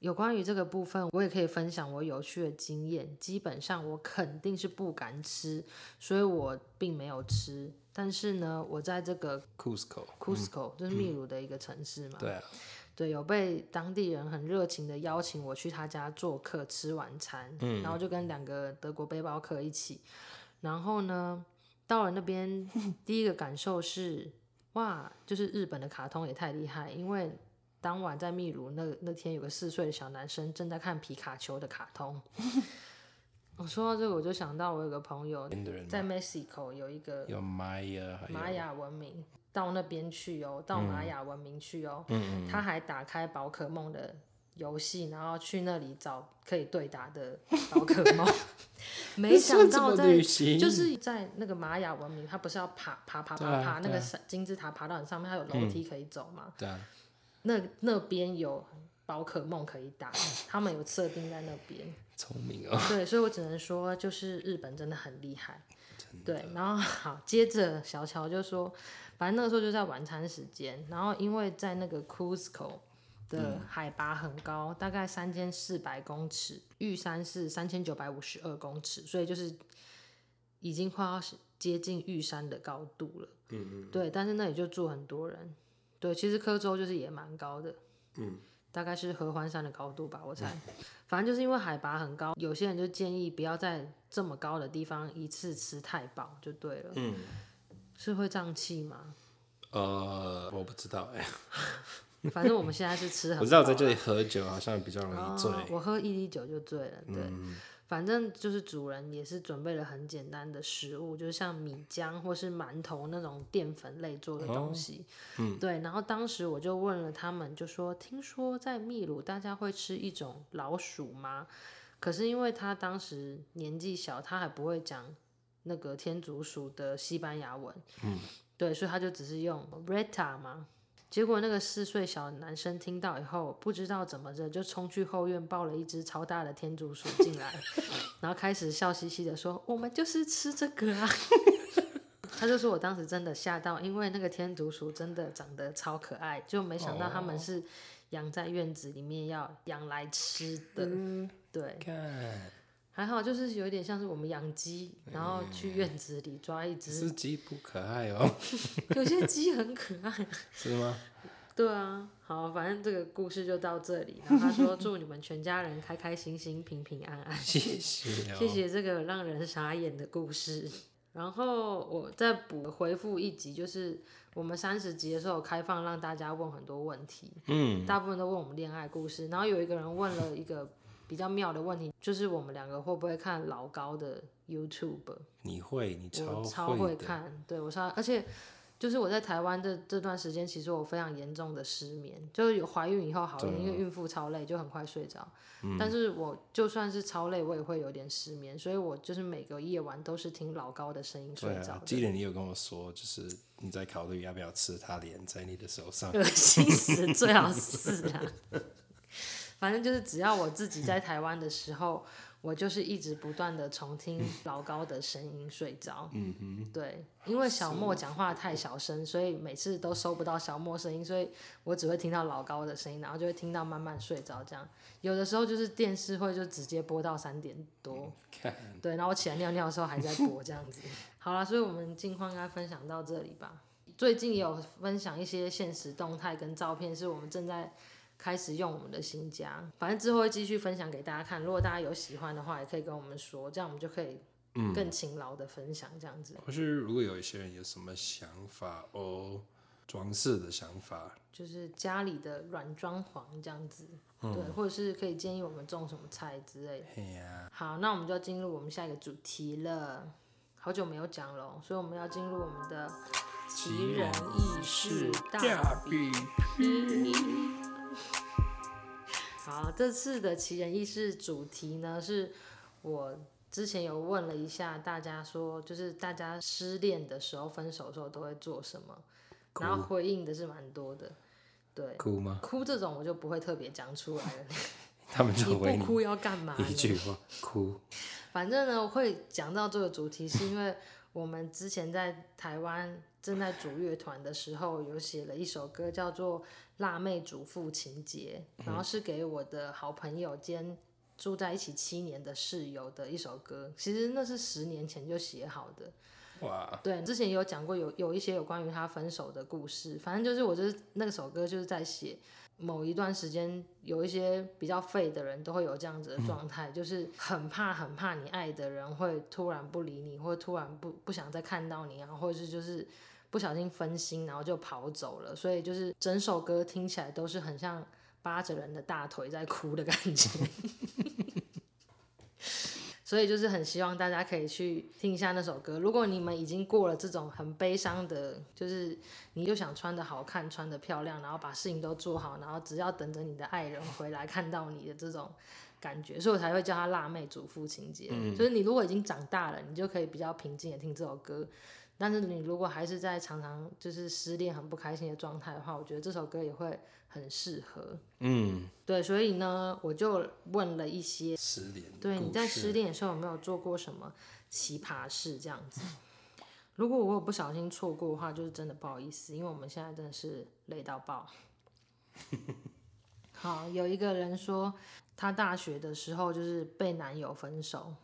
Speaker 1: 有关于这个部分，我也可以分享我有趣的经验。基本上我肯定是不敢吃，所以我并没有吃。但是呢，我在这个
Speaker 2: Cusco，
Speaker 1: Cusco，、就是秘鲁的一个城市嘛，
Speaker 2: 对啊，
Speaker 1: 对，有被当地人很热情的邀请我去他家做客吃晚餐，然后就跟两个德国背包客一起，然后呢，到了那边第一个感受是，哇，就是日本的卡通也太厉害，因为当晚在秘鲁那那天有个四岁的小男生正在看皮卡丘的卡通。 *laughs* 我说到这个，我就想到我有个朋友
Speaker 2: 边的人
Speaker 1: 在 Mexico 有一个
Speaker 2: 有 Maya，还有
Speaker 1: 玛雅文明到那边去哦，到玛雅文明去哦。嗯他还打开宝可梦的游戏，然后去那里找可以对答的宝可
Speaker 2: *laughs*
Speaker 1: 梦。没
Speaker 2: 这算
Speaker 1: 想
Speaker 2: 什
Speaker 1: 到
Speaker 2: *laughs* 么
Speaker 1: 在
Speaker 2: 旅行
Speaker 1: 就是在那个玛雅文明，他不是要爬爬爬
Speaker 2: 对
Speaker 1: 爬
Speaker 2: 啊
Speaker 1: 爬那
Speaker 2: 对
Speaker 1: 个
Speaker 2: 啊嗯
Speaker 1: 山金字塔爬到很上面，它有楼梯可以走嘛？
Speaker 2: 对啊，
Speaker 1: 那那边有宝可梦可以打，他们有设定在那边。
Speaker 2: 聪明哦，
Speaker 1: 对，所以我只能说，就是日本真的很厉害。对，然后好，接着小乔就说，反正那个时候就在晚餐时间，然后因为在那个 Cusco 的海拔很高，大概三千四百公尺，玉山是三千九百五十二公尺，所以就是已经快要接近玉山的高度了。嗯嗯。对，但是那里就住很多人。对，其实科州就是也蛮高的。
Speaker 2: 嗯。
Speaker 1: 大概是合欢山的高度吧，我猜。反正就是因为海拔很高，有些人就建议不要在这么高的地方一次吃太饱就对了。
Speaker 2: 嗯，
Speaker 1: 是会胀气吗？
Speaker 2: 呃，我不知道哎，
Speaker 1: 反正我们现在是吃很饱啊。
Speaker 2: *laughs* 我知道在这里喝酒好像比较容易醉，
Speaker 1: 哦我喝一滴酒就醉了，对。反正就是主人也是准备了很简单的食物，就是像米浆或是馒头那种淀粉类做的东西。
Speaker 2: 哦
Speaker 1: 嗯，对。然后当时我就问了他们，就说听说在秘鲁大家会吃一种老鼠吗？可是因为他当时年纪小，他还不会讲那个天竺鼠的西班牙文。对，所以他就只是用 Reta 嘛。结果那个四岁小男生听到以后，不知道怎么着就冲去后院抱了一只超大的天竺鼠进来，然后开始笑嘻嘻的说：“我们就是吃这个啊。” *laughs* 他就说我当时真的吓到，因为那个天竺鼠真的长得超可爱，就没想到他们是养在院子里面要养来吃的。对，
Speaker 2: 看
Speaker 1: 还好就是有一点像是我们养鸡，然后去院子里抓一只， *laughs*
Speaker 2: 司机不可爱哦，
Speaker 1: 有些鸡很可爱。
Speaker 2: 是
Speaker 1: *laughs*
Speaker 2: 吗？
Speaker 1: 对啊，好，反正这个故事就到这里。然后他说：“祝你们全家人开开心心、平平
Speaker 2: *laughs*
Speaker 1: 安安。
Speaker 2: 谢谢”
Speaker 1: 谢
Speaker 2: 哦，
Speaker 1: 谢这个让人傻眼的故事。然后我再补回复一集，就是我们三十集的时候有开放让大家问很多问题，
Speaker 2: 嗯，
Speaker 1: 大部分都问我们恋爱故事。然后有一个人问了一个比较妙的问题，就是我们两个会不会看老高的 YouTube？
Speaker 2: 你会，你
Speaker 1: 我
Speaker 2: 超
Speaker 1: 会
Speaker 2: 的，
Speaker 1: 看，对我超，而且就是我在台湾这这段时间，其实我非常严重的失眠，就是有怀孕以后好一点，因
Speaker 2: 啊
Speaker 1: 为孕妇超累就很快睡着，
Speaker 2: 嗯
Speaker 1: 但是我就算是超累，我也会有点失眠，所以我就是每个夜晚都是听老高的声音睡
Speaker 2: 对
Speaker 1: 着
Speaker 2: 啊，
Speaker 1: 的。
Speaker 2: 记得你有跟我说，就是你在考虑要不要吃他脸在你的手上，
Speaker 1: 恶心死，最好是啊。反正就是只要我自己在台湾的时候，我就是一直不断的重听老高的声音睡着。嗯哼，对，因为小莫讲话太小声，所以每次都收不到小莫声音，所以我只会听到老高的声音，然后就会听到慢慢睡着这样。有的时候就是电视会就直接播到三点多，
Speaker 2: 看
Speaker 1: 对，然后我起来尿尿的时候还在播这样子。好啦，所以我们近况应该分享到这里吧。最近也有分享一些现实动态跟照片，是我们正在开始用我们的新家，反正之后会继续分享给大家看。如果大家有喜欢的话，也可以跟我们说，这样我们就可以更勤劳的分享这样子。
Speaker 2: 或是如果有一些人有什么想法哦，装饰的想法，
Speaker 1: 就是家里的软装潢这样子，对，或者是可以建议我们种什么菜之类的。
Speaker 2: 嘿呀、
Speaker 1: 好，那我们就要进入我们下一个主题了。好久没有讲了，哦所以我们要进入我们的奇人异事大比。拼。好，这次的奇人异事主题呢，是我之前有问了一下大家说，就是大家失恋的时候、分手的时候都会做什么，然后回应的是蛮多的。对，
Speaker 2: 哭吗？
Speaker 1: 哭这种我就不会特别讲出来了，
Speaker 2: *laughs* 他们
Speaker 1: 你
Speaker 2: 就回
Speaker 1: 不
Speaker 2: 你
Speaker 1: 哭要干嘛呢？
Speaker 2: 一句话，哭。
Speaker 1: 反正呢，我会讲到这个主题，是因为我们之前在台湾正在组乐团的时候，有写了一首歌叫做《辣妹主妇情节》，然后是给我的好朋友兼住在一起七年的室友的一首歌。其实那是十年前就写好的，
Speaker 2: 哇，
Speaker 1: 对，之前也有讲过有有一些有关于他分手的故事，反正就是我就是那首歌就是在写某一段时间有一些比较废的人都会有这样子的状态，就是很怕很怕你爱的人会突然不理你，或者突然不不想再看到你啊，或者是就是不小心分心，然后就跑走了，所以就是整首歌听起来都是很像扒着人的大腿在哭的感觉。所以就是很希望大家可以去听一下那首歌。如果你们已经过了这种很悲伤的，就是你又想穿的好看、穿的漂亮，然后把事情都做好，然后只要等着你的爱人回来看到你的这种感觉，所以我才会叫它辣妹主妇情节。就是你如果已经长大了，你就可以比较平静的听这首歌。但是你如果还是在常常就是失恋、很不开心的状态的话，我觉得这首歌也会很适合。
Speaker 2: 嗯，
Speaker 1: 对，所以呢，我就问了一些
Speaker 2: 失联的故事。
Speaker 1: 对，你在失恋的时候有没有做过什么奇葩事这样子？如果我有不小心错过的话，就是真的不好意思，因为我们现在真的是累到
Speaker 2: *laughs*
Speaker 1: 爆。好，有一个人说，她大学的时候就是被男友分手，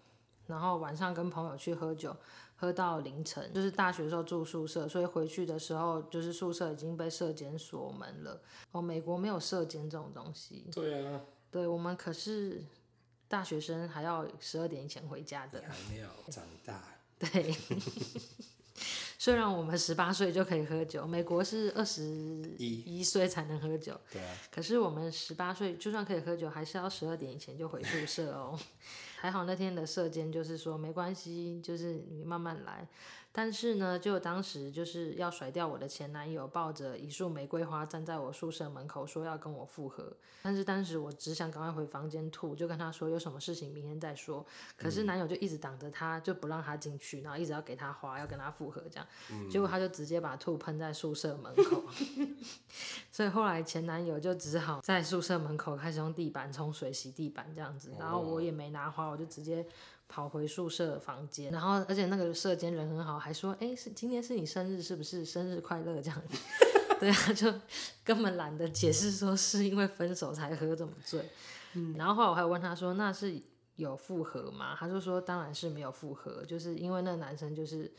Speaker 1: 然后晚上跟朋友去喝酒，喝到凌晨。就是大学的时候住宿舍，所以回去的时候就是宿舍已经被舍监锁门了。哦，美国没有舍监这种东西，
Speaker 2: 对啊，
Speaker 1: 对我们可是大学生，还要十二点以前回家的。
Speaker 2: 还没有长大。
Speaker 1: 对， *laughs* 虽然我们十八岁就可以喝酒，美国是二十一岁才能喝酒，
Speaker 2: 对啊，
Speaker 1: 可是我们十八岁就算可以喝酒，还是要十二点以前就回宿舍哦。 *laughs* 还好那天的舍监就是说没关系，就是你慢慢来。但是呢，就当时就是要甩掉我的前男友，抱着一束玫瑰花站在我宿舍门口，说要跟我复合。但是当时我只想赶快回房间吐，就跟他说有什么事情明天再说。可是男友就一直挡着他，就不让他进去，然后一直要给他花，要跟他复合这样。结果他就直接把吐喷在宿舍门口。 *laughs* 所以后来前男友就只好在宿舍门口开始用地板冲水洗地板这样子，然后我也没拿花，我就直接跑回宿舍房间，然后而且那个舍监人很好，还说：“哎，是今天是你生日是不是？生日快乐这样。” *laughs* 对啊，就 *laughs* 根本懒得解释说是因为分手才喝这么醉。嗯，然后后来我还问他说：“那是有复合吗？”他就说：“当然是没有复合，就是因为那个男生就是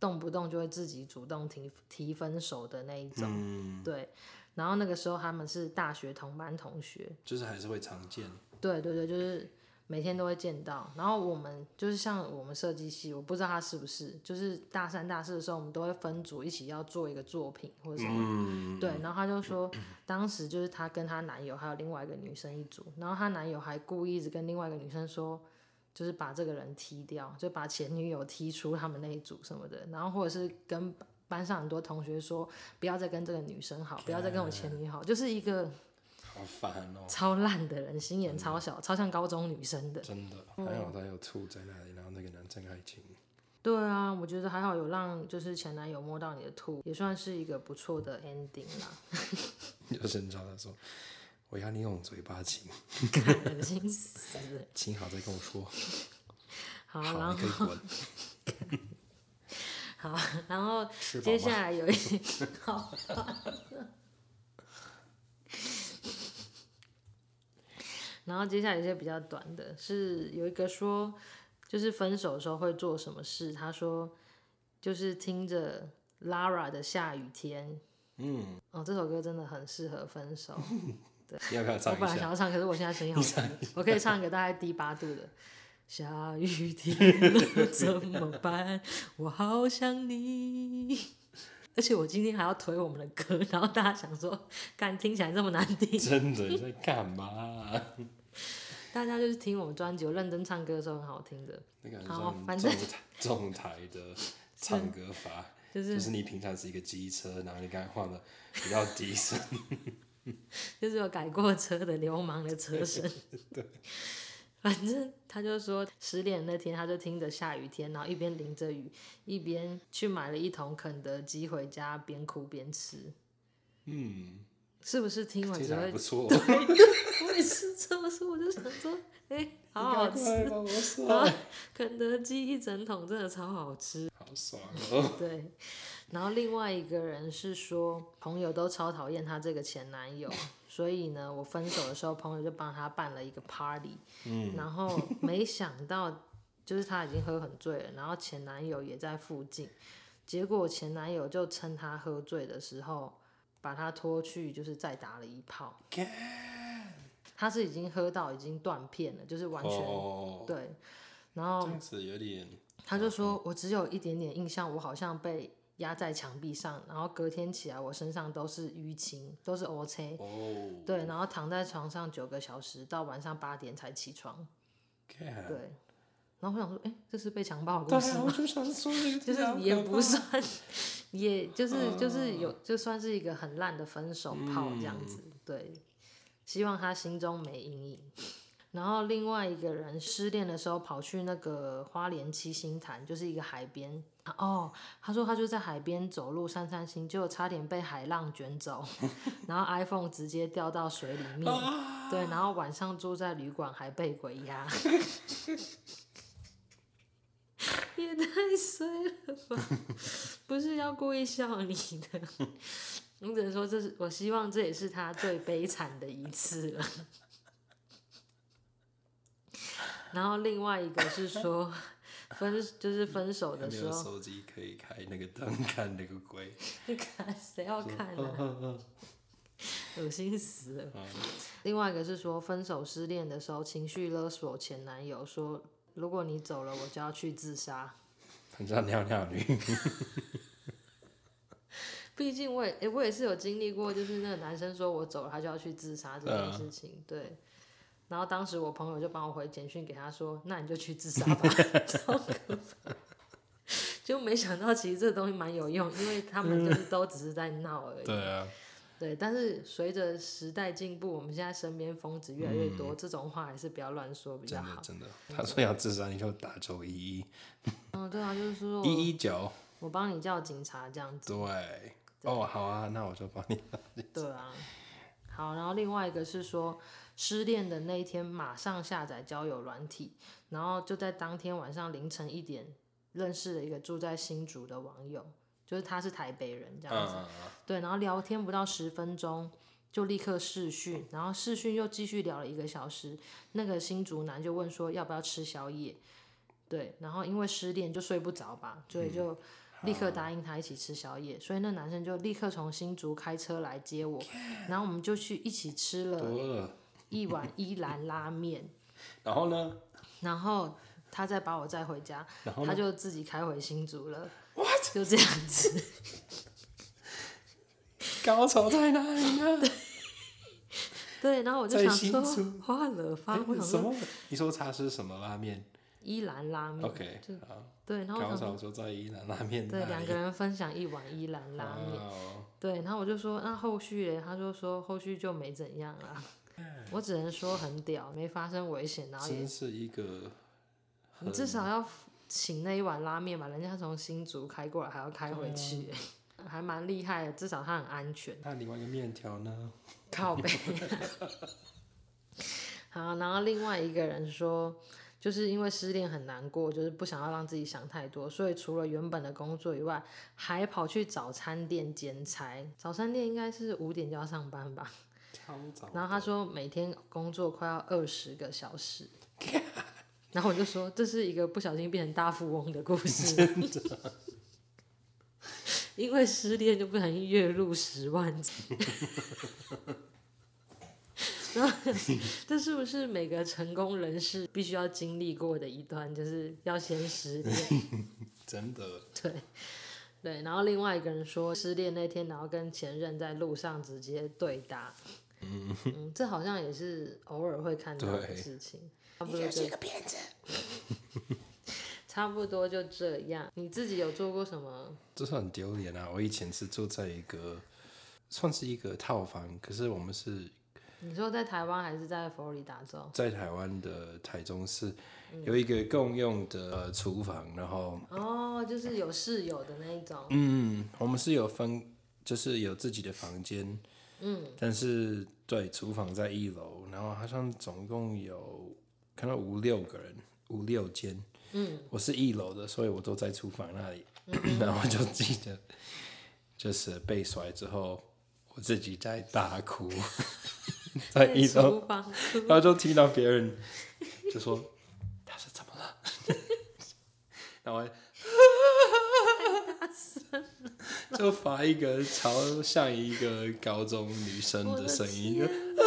Speaker 1: 动不动就会自己主动提提分手的那一种。
Speaker 2: 嗯，
Speaker 1: 对，然后那个时候他们是大学同班同学，
Speaker 2: 就是还是会常见。
Speaker 1: 对对对，就是每天都会见到。然后我们就是像我们设计系，我不知道他是不是，就是大三大四的时候，我们都会分组一起要做一个作品或者什么。
Speaker 2: 嗯，
Speaker 1: 对，然后他就说，当时就是她跟她男友还有另外一个女生一组，然后她男友还故意一直跟另外一个女生说，就是把这个人踢掉，就把前女友踢出他们那一组什么的，然后或者是跟班上很多同学说，不要再跟这个女生好，不要再跟我前女友好，就是一个
Speaker 2: 好烦哦，
Speaker 1: 超烂的人，心眼超小，超像高中女生的。嗯
Speaker 2: 真的。还好他有吐在那里，然后那个男生还 *laughs* 亲。
Speaker 1: 对啊，我觉得还好有让就是前男友摸到
Speaker 2: *laughs*
Speaker 1: 你的兔，也算是一个不错的 ending 啦。
Speaker 2: 就生气，他说：“我要你用嘴巴亲，
Speaker 1: 看恶心死了。
Speaker 2: 亲好再跟我说。
Speaker 1: 好，
Speaker 2: 好，
Speaker 1: 然
Speaker 2: 你
Speaker 1: 后
Speaker 2: 可以
Speaker 1: *laughs*
Speaker 2: 滚。
Speaker 1: 好，然后
Speaker 2: 吃饱
Speaker 1: 接
Speaker 2: 吗
Speaker 1: 下来有一些好， *laughs* 然后接下来一些比较短的是有一个说，就是分手的时候会做什么事？他说就是听着 Lara 的《下雨天》，嗯，哦，这首歌真的很适合分手。
Speaker 2: 要不要
Speaker 1: 我
Speaker 2: 唱
Speaker 1: 本
Speaker 2: 一
Speaker 1: 来
Speaker 2: 下？
Speaker 1: 想要唱，可是我现在声音好低，我可以唱一个大概低八度的。下雨天了怎么办？我好想你。而且我今天还要推我们的歌，然后大家想说，干听起来这么难听，
Speaker 2: 真的你在干
Speaker 1: *laughs*
Speaker 2: 嘛？
Speaker 1: 大家就是听我们专辑，我认真唱歌的时候很好听的，
Speaker 2: 那个很
Speaker 1: 好
Speaker 2: 像
Speaker 1: 反
Speaker 2: 中台中台的唱歌法，
Speaker 1: 就是
Speaker 2: 就是你平常是一个机车，然后你刚才换了比较
Speaker 1: *laughs*
Speaker 2: 低声，
Speaker 1: 就是有改过车的流氓的车身。
Speaker 2: *laughs*
Speaker 1: 反正他就说失恋那天，他就听着下雨天，然后一边淋着雨，一边去买了一桶肯德基回家，边哭边吃。
Speaker 2: 嗯，
Speaker 1: 是不是听完
Speaker 2: 听起
Speaker 1: 只
Speaker 2: 来还
Speaker 1: 会
Speaker 2: 不？错。
Speaker 1: 我也是这么说，我就想说，哎、 *laughs* 好好吃。
Speaker 2: *laughs* 快帮我送
Speaker 1: 然后肯德基一整桶真的超好吃，
Speaker 2: 好爽哦！
Speaker 1: 对。然后另外一个人是说，朋友都超讨厌她这个前男友，所以呢，我分手的时候，朋友就帮她办了一个 party，嗯，然后没想到就是她已经喝很醉了，然后前男友也在附近，结果前男友就趁她喝醉的时候，把她拖去就是再打了一炮，她是已经喝到已经断片了，就是完全、
Speaker 2: 哦，
Speaker 1: 对，然后
Speaker 2: 这样子有点
Speaker 1: 他就说：“我只有一点点印象，我好像被压在墙壁上，然后隔天起来，我身上都是淤青，都是 O C，
Speaker 2: 哦，
Speaker 1: 对，然后躺在床上九个小时，到晚上八点才起床，
Speaker 2: 干
Speaker 1: 对。然后我想说，哎、这是被强暴的
Speaker 2: 对
Speaker 1: 故事
Speaker 2: 啊，
Speaker 1: 吗？
Speaker 2: 我就想说这个，
Speaker 1: *laughs*
Speaker 2: 啊
Speaker 1: 就是也不算，也就是就是有，就算是一个很烂的分手炮这样子。对，希望他心中没阴影。然后另外一个人失恋的时候跑去那个花莲七星潭，就是一个海边。啊哦，他说他就在海边走路散散心，结果差点被海浪卷走， *laughs* 然后 iPhone 直接掉到水里面。对，然后晚上住在旅馆还被鬼压， *laughs* 也太衰了吧！不是要故意笑你的，我只能说这是我希望这也是他最悲惨的一次了。然后另外一个是说 *laughs* 分就是分手
Speaker 2: 有
Speaker 1: 的
Speaker 2: 没
Speaker 1: 时
Speaker 2: 有
Speaker 1: 候，
Speaker 2: 手机可以开那个灯 *laughs* 看那个鬼？
Speaker 1: 看谁 *laughs* 要看啊？恶心死了。另外一个是说，分手失恋的时候，情绪勒索前男友说，如果你走了，我就要去自杀。
Speaker 2: 很像尿尿女，
Speaker 1: 毕竟我也、诶我也是有经历过，就是那个男生说我走了，他就要去自杀这
Speaker 2: 对啊
Speaker 1: 件事情，对。然后当时我朋友就帮我回简讯给他说：“那你就去自杀吧。”超可怕。就没想到其实这东西蛮有用，因为他们就是都只是在闹而已。
Speaker 2: 对啊，
Speaker 1: 对，但是随着时代进步，我们现在身边疯子越来越多，这种话还是不要乱说比较
Speaker 2: 嗯真的
Speaker 1: 好。
Speaker 2: 真的。他说要自杀，你就打九一一
Speaker 1: 嗯，对啊，就是说我
Speaker 2: 一一九，
Speaker 1: 我帮你叫警察这样子，
Speaker 2: 对。哦，好啊，那我就帮你。
Speaker 1: 对啊。好，然后另外一个是说，失恋的那一天马上下载交友软体，然后就在当天晚上凌晨一点认识了一个住在新竹的网友，就是他是台北人这样子，
Speaker 2: 嗯，
Speaker 1: 对，然后聊天不到十分钟就立刻视讯，然后视讯又继续聊了一个小时。那个新竹男就问说要不要吃宵夜，对，然后因为失恋就睡不着吧，所
Speaker 2: 嗯
Speaker 1: 以就立刻答应他一起吃宵夜。所以那男生就立刻从新竹开车来接我，然后我们就去一起吃了
Speaker 2: 多饿。
Speaker 1: 一碗伊兰拉面，
Speaker 2: 然后呢？
Speaker 1: 然后他再把我载回家，
Speaker 2: *laughs* 然后
Speaker 1: 他就自己开回新竹了。就这样子。 *laughs*
Speaker 2: 高潮在哪里呢？
Speaker 1: *laughs* 对，然后我就
Speaker 2: 在
Speaker 1: 想
Speaker 2: 新
Speaker 1: 说
Speaker 2: 竹，
Speaker 1: 花了发，
Speaker 2: 哎
Speaker 1: 啊我想
Speaker 2: 什
Speaker 1: 说
Speaker 2: 么？你说他是什么拉面
Speaker 1: 伊兰拉面。
Speaker 2: ？OK，好。
Speaker 1: 对，然后我
Speaker 2: 高
Speaker 1: 想说
Speaker 2: 潮就在伊兰拉面那
Speaker 1: 对
Speaker 2: 里。
Speaker 1: 两个人分享一碗伊兰拉面，
Speaker 2: 哦
Speaker 1: 对，然后我就说那后续嘞，他就说后续就没怎样啦。
Speaker 2: 嗯
Speaker 1: 我只能说很屌，没发生危险，然后也
Speaker 2: 真是一个
Speaker 1: 你至少要请那一碗拉面吧，人家从新竹开过来还要开回去、
Speaker 2: 啊
Speaker 1: 还蛮厉害的，至少它很安全。
Speaker 2: 那另外一个面条呢？
Speaker 1: 靠背。 *laughs* 好，然后另外一个人说，就是因为失恋很难过，就是不想要让自己想太多，所以除了原本的工作以外，还跑去早餐店兼差。早餐店应该是五点就要上班吧？
Speaker 2: 超早。
Speaker 1: 然后他说每天工作快要二十个小时，然后我就说这是一个不小心变成大富翁的故
Speaker 2: *laughs*
Speaker 1: 事， *laughs* 因为失恋就不小心月入十万，然后这是不是每个成功人士必须要经历过的一段，就是要先失
Speaker 2: *laughs*
Speaker 1: 恋？
Speaker 2: 真的，
Speaker 1: 对，对。然后另外一个人说，失恋那天，然后跟前任在路上直接对答。嗯，这好像也是偶尔会看到的
Speaker 2: 对
Speaker 1: 事情。差不多就
Speaker 2: 个骗子。
Speaker 1: *laughs* 差不多就这样。你自己有做过什么？
Speaker 2: 这是很丢脸啊！我以前是住在一个算是一个套房，可是我们是
Speaker 1: 你说在台湾还是在佛罗里达州？
Speaker 2: 在台湾的台中市有一个共用的呃厨房，然后
Speaker 1: 哦，就是有室友的那一种。
Speaker 2: 嗯，我们是有分，就是有自己的房间，嗯，但是对，厨房在一楼，然后好像总共有看到五六个人，五六间，嗯，我是一楼的，所以我都在厨房那里， *laughs* 然后我就记得就是被甩之后，我自己在大哭，在嗯一楼，
Speaker 1: 厨房，
Speaker 2: 然后就听到别人 *laughs* 就说他是怎么了， *laughs*
Speaker 1: *laughs*
Speaker 2: 然后我还就发一个超像一个高中女生
Speaker 1: 我
Speaker 2: 的声音，
Speaker 1: 天啊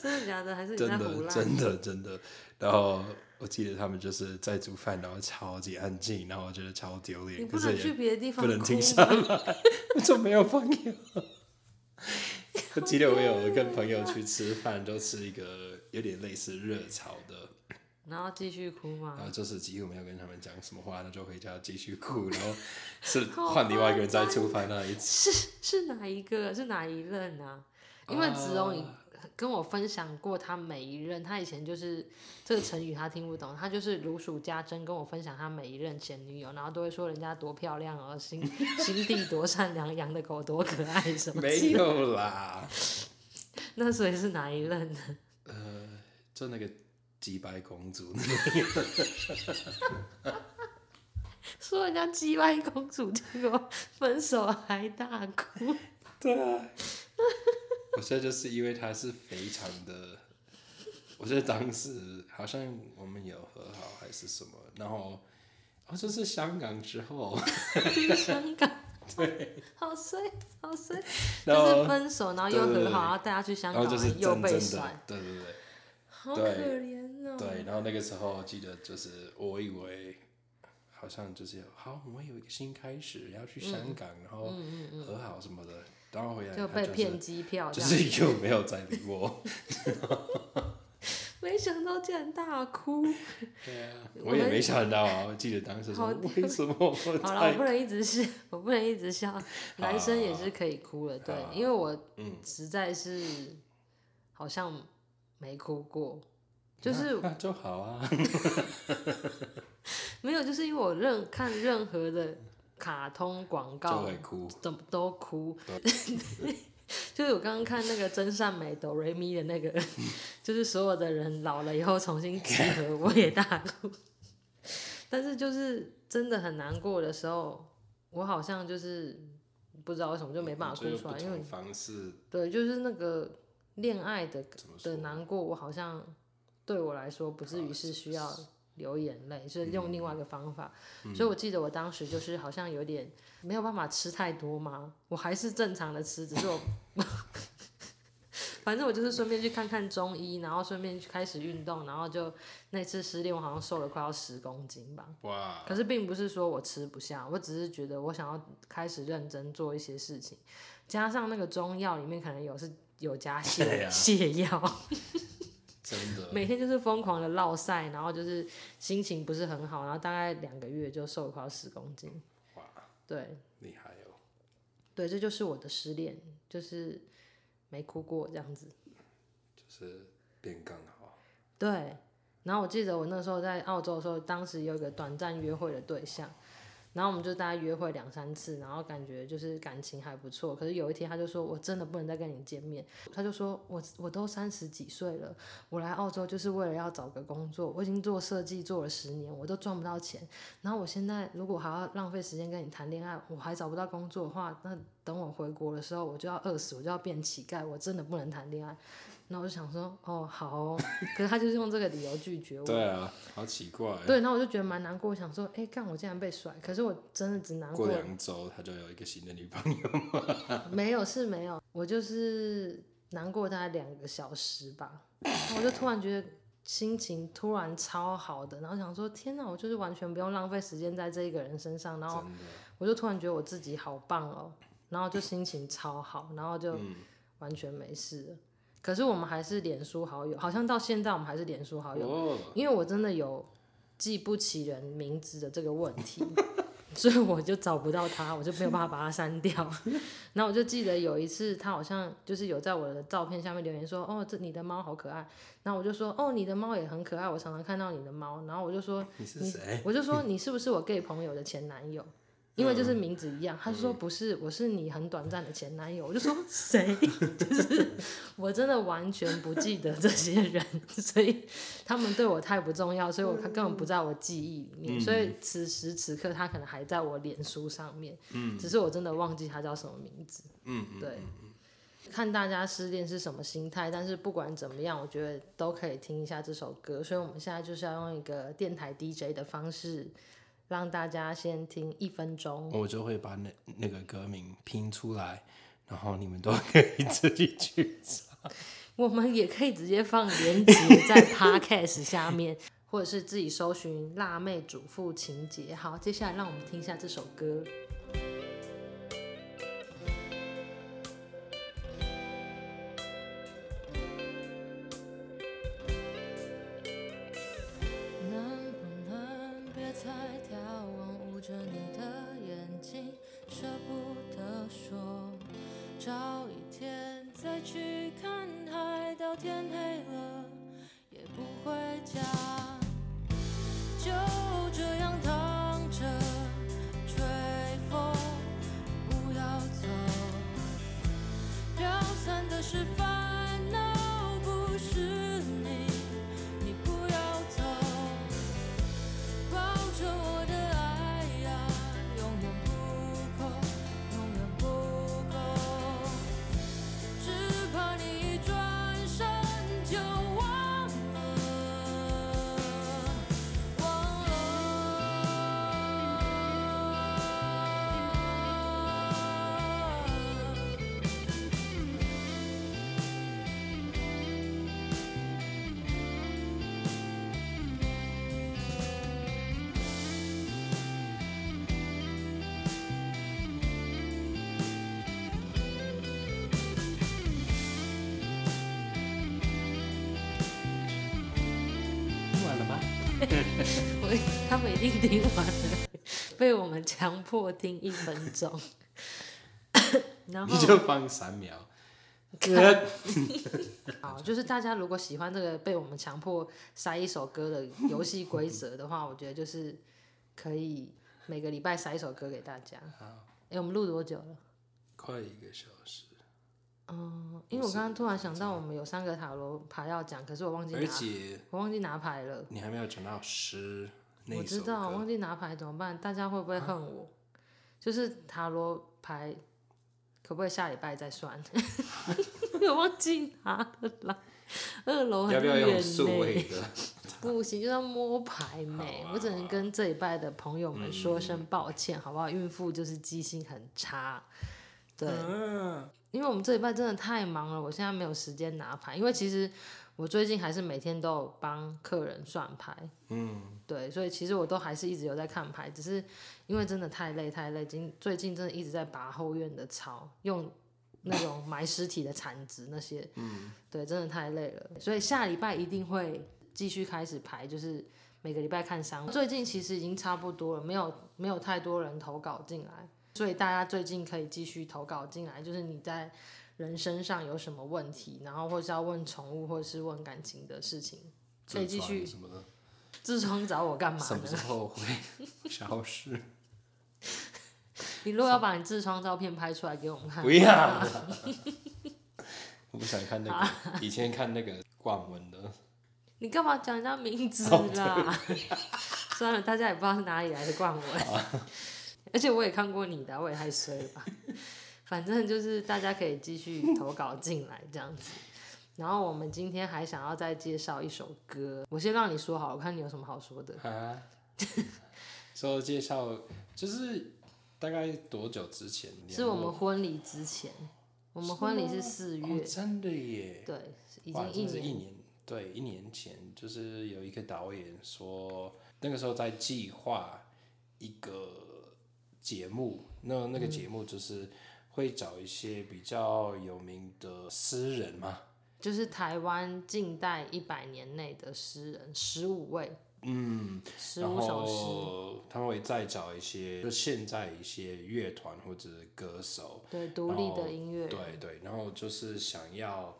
Speaker 2: *laughs*
Speaker 1: 真的假的？还是你在
Speaker 2: 真
Speaker 1: 胡
Speaker 2: 的
Speaker 1: 乱？
Speaker 2: 真的真的。然后我记得他们就是在煮饭，然后超级安静，然后我觉得超丢
Speaker 1: 你
Speaker 2: 脸，
Speaker 1: 不
Speaker 2: 可是
Speaker 1: 能去
Speaker 2: 也
Speaker 1: 别的地方
Speaker 2: 不能
Speaker 1: 哭
Speaker 2: 停
Speaker 1: 吗
Speaker 2: 下来，我 *laughs* 就没有朋友。我记得我有跟朋友去吃饭，就吃一个有点类似热炒的，
Speaker 1: *laughs* 然后继续哭吗？
Speaker 2: 然后就是几乎没有跟他们讲什么话，那就回家继续哭，然后
Speaker 1: *laughs*
Speaker 2: 是换另外一个人在厨房那里吃。
Speaker 1: 是是哪一个？是哪一任啊？因为子龙也
Speaker 2: 啊
Speaker 1: 跟我分享过他每一任，他以前就是这个成语他听不懂，他就是如数家珍跟我分享他每一任前女友，然后都会说人家多漂亮哦，心心地多善良，养的狗多可爱什么之类
Speaker 2: 没有啦，
Speaker 1: 的。那所以是哪一任呢？
Speaker 2: 呃，就那个几白公主，
Speaker 1: 说人家鸡歪公主，结果分手还大哭。
Speaker 2: 对啊， *laughs* 我现在就是因为他是非常的，我觉得当时好像我们有和好还是什么，然后哦，就是香港之后，
Speaker 1: 去香港。好衰，好衰，
Speaker 2: 然后
Speaker 1: 就是分手，然后又和
Speaker 2: 对对
Speaker 1: 好，然后带他去香
Speaker 2: 然
Speaker 1: 港
Speaker 2: 后就是
Speaker 1: 又
Speaker 2: 真正
Speaker 1: 被甩
Speaker 2: 的，，对对对。
Speaker 1: 好可
Speaker 2: 对
Speaker 1: 怜哦。
Speaker 2: 对，然后那个时候记得就是我以为好像就是好，我们有一个新开始，要去香港，然后和好什么的，然后回来
Speaker 1: 嗯就
Speaker 2: 他
Speaker 1: 被
Speaker 2: 是
Speaker 1: 骗机票这
Speaker 2: 就
Speaker 1: 样，
Speaker 2: 是又没有再理
Speaker 1: *laughs*
Speaker 2: 我。
Speaker 1: 没想到竟然大
Speaker 2: *laughs*
Speaker 1: 哭。
Speaker 2: 对啊，
Speaker 1: 我
Speaker 2: 我也
Speaker 1: 们
Speaker 2: 没想到啊，我记得当时说
Speaker 1: 好
Speaker 2: 为什么我在
Speaker 1: 好了，我不能一直笑，我不能一直
Speaker 2: *laughs*
Speaker 1: 笑，男生也是可以哭的，对，
Speaker 2: 啊
Speaker 1: 因为我
Speaker 2: 嗯
Speaker 1: 实在是好像没哭过，就是
Speaker 2: 那那就好啊，
Speaker 1: 没有，就是因为我任看任何的卡通广
Speaker 2: 就
Speaker 1: 告
Speaker 2: 会哭。嗯
Speaker 1: 怎么都哭。 *laughs* 就是我刚刚看那个真善美哆瑞咪的那个， *laughs* 就是所有的人老了以后重新集合，我也大哭。 *laughs* 但是就是真的很难过的时候，我好像就是不知道为什么就没办法
Speaker 2: 我
Speaker 1: 哭
Speaker 2: 觉得
Speaker 1: 出来，
Speaker 2: 嗯不
Speaker 1: 因为
Speaker 2: 同方式
Speaker 1: 对，就是那个恋爱的
Speaker 2: 怎么说
Speaker 1: 的？难过，我好像对我来说不至于是需
Speaker 2: 啊
Speaker 1: 要流眼泪，是用另外一个方法。
Speaker 2: 嗯
Speaker 1: 所以我记得我当时就是好像有点没有办法吃太多嘛，我还是正常的吃，只是我。 *laughs* 反正我就是顺便去看看中医，然后顺便去开始运动，然后就那次失恋，我好像瘦了快要十公斤吧。
Speaker 2: 哇，
Speaker 1: 可是并不是说我吃不下，我只是觉得我想要开始认真做一些事情，加上那个中药里面可能有是有加泻、
Speaker 2: 对啊
Speaker 1: 泻药，
Speaker 2: 真的
Speaker 1: 每天就是疯狂的落晒，然后就是心情不是很好，然后大概两个月就瘦了快要十公斤。
Speaker 2: 哇，
Speaker 1: 对
Speaker 2: 厉害哦！
Speaker 1: 对，这就是我的失恋，就是没哭过这样子。
Speaker 2: 就是变更好，
Speaker 1: 对，然后我记得我那时候在澳洲的时候，当时有一个短暂约会的对象，然后我们就大家约会两三次，然后感觉就是感情还不错。可是有一天他就说：“我真的不能再跟你见面。”他就说：“我我都三十几岁了，我来澳洲就是为了要找个工作。我已经做设计做了十年，我都赚不到钱。然后我现在如果还要浪费时间跟你谈恋爱，我还找不到工作的话，那等我回国的时候我就要饿死，我就要变乞丐。我真的不能谈恋爱。”然后我就想说：“哦，好哦。”可是他就是用这个理由拒绝我。
Speaker 2: 对啊，好奇怪。
Speaker 1: 对，然后我就觉得蛮难过，想说，哎，干我竟然被甩，可是我真的只难
Speaker 2: 过
Speaker 1: 过，
Speaker 2: 两周他就有一个新的女朋友，
Speaker 1: 没有是没有，我就是难过大概两个小时吧，然后我就突然觉得心情突然超好的，然后想说，天哪，我就是完全不用浪费时间在这一个人身上，然后
Speaker 2: 真的。
Speaker 1: 我就突然觉得我自己好棒哦，然后就心情超好，然后就
Speaker 2: 嗯
Speaker 1: 完全没事了。可是我们还是脸书好友，好像到现在我们还是脸书好友，
Speaker 2: 哦，
Speaker 1: 因为我真的有记不起人名字的这个问题， *laughs* 所以我就找不到他，我就没有办法把他删掉。 *laughs* 然后我就记得有一次，他好像就是有在我的照片下面留言说：“哦，这你的猫好可爱。”然后我就说：“哦，你的猫也很可爱，我常常看到你的猫。”然后我就说
Speaker 2: 你是谁？：“
Speaker 1: 我就说你是不是我 gay 朋友的前男友？”因为就是名字一样，他就说不是，我是你很短暂的前男友，我就说谁？就是我真的完全不记得这些人， *laughs* 所以他们对我太不重要，所以我根本不在我记忆里面。所以此时此刻，他可能还在我脸书上面，只是我真的忘记他叫什么名字。
Speaker 2: 嗯，
Speaker 1: 对。看大家失恋是什么心态，但是不管怎么样，我觉得都可以听一下这首歌。所以我们现在就是要用一个电台 DJ 的方式，让大家先听一分钟。
Speaker 2: 我就会把那那个歌名拼出来，然后你们都可以自己去找。
Speaker 1: 我们也可以直接放链接在 Podcast 下面，或者是自己搜寻“辣妹主妇情节”。好，接下来让我们听一下这首歌。能不能别再眺望，捂着你的眼睛，舍不得说，找一天再去看海，到天黑了也不回家，就这样躺着吹风，不要走，飘散的是烦恼，不是你。你不要走，抱着我的爱呀，永远不够，永远不够。只怕你一转身就忘了，忘了。
Speaker 2: 听完了吗？
Speaker 1: 我他们一定听完了，被我们强迫听一分
Speaker 2: *laughs*
Speaker 1: 钟。 *laughs* 然
Speaker 2: 你
Speaker 1: 后
Speaker 2: 就放三秒。
Speaker 1: 好，就是大家如果喜欢这个被我们强迫塞一首歌的游戏规则的
Speaker 2: *laughs*
Speaker 1: 话，我觉得就是可以每个礼拜塞一首歌给大家。哎、我们录多久了？
Speaker 2: 快一个小时，
Speaker 1: 嗯，因为我刚刚突然想到，我们有三个塔罗牌要讲，可是我忘记
Speaker 2: 而
Speaker 1: 拿，
Speaker 2: 且
Speaker 1: 我忘记拿牌了。
Speaker 2: 你还没有讲到诗那
Speaker 1: 我知
Speaker 2: 首
Speaker 1: 道，我
Speaker 2: 歌，
Speaker 1: 忘记拿牌怎么办？大家会不会恨我？
Speaker 2: *laughs*
Speaker 1: 就是塔罗牌，可不可以下礼拜再算？ *laughs* 我忘记拿了啦，二楼很
Speaker 2: 要不要用
Speaker 1: 远
Speaker 2: 数
Speaker 1: 呢，
Speaker 2: 位的？
Speaker 1: 不行，就要摸牌呢。
Speaker 2: 好啊
Speaker 1: 我只能跟这一拜的朋友们说声抱歉，好不好？孕妇就是记性很差，对，
Speaker 2: 嗯，
Speaker 1: 因为我们这礼拜真的太忙了，我现在没有时间拿牌。因为其实我最近还是每天都有帮客人算牌，嗯，对，所以其实我都还是一直有在看牌，只是因为真的太累太累，今最近真的一直在拔后院的草，用那种埋尸体的铲子那些，嗯，对，真的太累了，所以下礼拜一定会继续开始排，就是。每个礼拜看三，最近其实已经差不多了，没有没有太多人投稿进来，所以大家最近可以继续投稿进来，就是你在人身上有什么问题，然后或是要问宠物，或是问感情的事情，可以继续
Speaker 2: 什么的，啊
Speaker 1: 痔疮找我干嘛
Speaker 2: 什么
Speaker 1: 呢 *laughs*
Speaker 2: 时？候会消失？
Speaker 1: 你如果要把你痔疮照片拍出来给我们看，
Speaker 2: 不
Speaker 1: *laughs*
Speaker 2: 要，我不想看那个，以前看那个冠文的，
Speaker 1: 你干嘛讲人家名字
Speaker 2: 哦
Speaker 1: 啦？ *laughs* 算了，大家也不知道是哪里来的冠文，
Speaker 2: 啊
Speaker 1: *laughs* 而且我也看过你的，我也太衰了吧。 *laughs* 反正就是大家可以继续投稿进来这样子。然后我们今天还想要再介绍一首歌，我先让你说好了，我看你有什么好说的。
Speaker 2: 啊， *laughs* 说介绍就是大概多久之前？
Speaker 1: 是我们婚礼之前，我们婚礼是四
Speaker 2: 哦
Speaker 1: 月，
Speaker 2: 真的耶，
Speaker 1: 对，已
Speaker 2: 哇，
Speaker 1: 经一
Speaker 2: 真是
Speaker 1: 年。
Speaker 2: 一年，对，一年前就是有一个导演说，那个时候在计划一个节目，那那个节目就是会找一些比较有名的诗人嘛，
Speaker 1: 就是台湾近代一百年内的诗人，十五位，嗯，十
Speaker 2: 然
Speaker 1: 五首诗，
Speaker 2: 后他们会再找一些就现在一些乐团或者歌手，
Speaker 1: 对，独立的音乐人，
Speaker 2: 对对，然后就是想要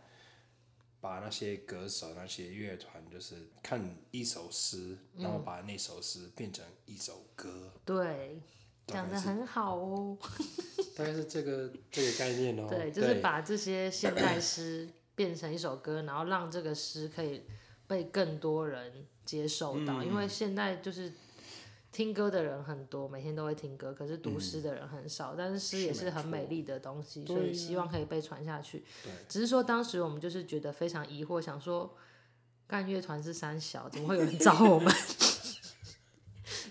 Speaker 2: 把那些歌手、那些乐团，就是看一首诗，然
Speaker 1: 嗯
Speaker 2: 后把那首诗变成一首歌，
Speaker 1: 对，讲的很好哦，
Speaker 2: 大概是这个这个概念哦。
Speaker 1: *laughs* 对，就是把这些现代诗变成一首歌，然后让这个诗可以被更多人接受到，因为
Speaker 2: 嗯
Speaker 1: 现在就是。听歌的人很多，每天都会听歌，可是读诗的人很少。但是诗也
Speaker 2: 嗯是
Speaker 1: 是
Speaker 2: 没
Speaker 1: 很美
Speaker 2: 错
Speaker 1: 丽的东西，
Speaker 2: 对
Speaker 1: 所以
Speaker 2: 呀
Speaker 1: 希望可以被传下去。
Speaker 2: 对
Speaker 1: 只是说当时我们就是觉得非常疑惑，想说干乐团是三小，怎么会有人找我们？ *laughs*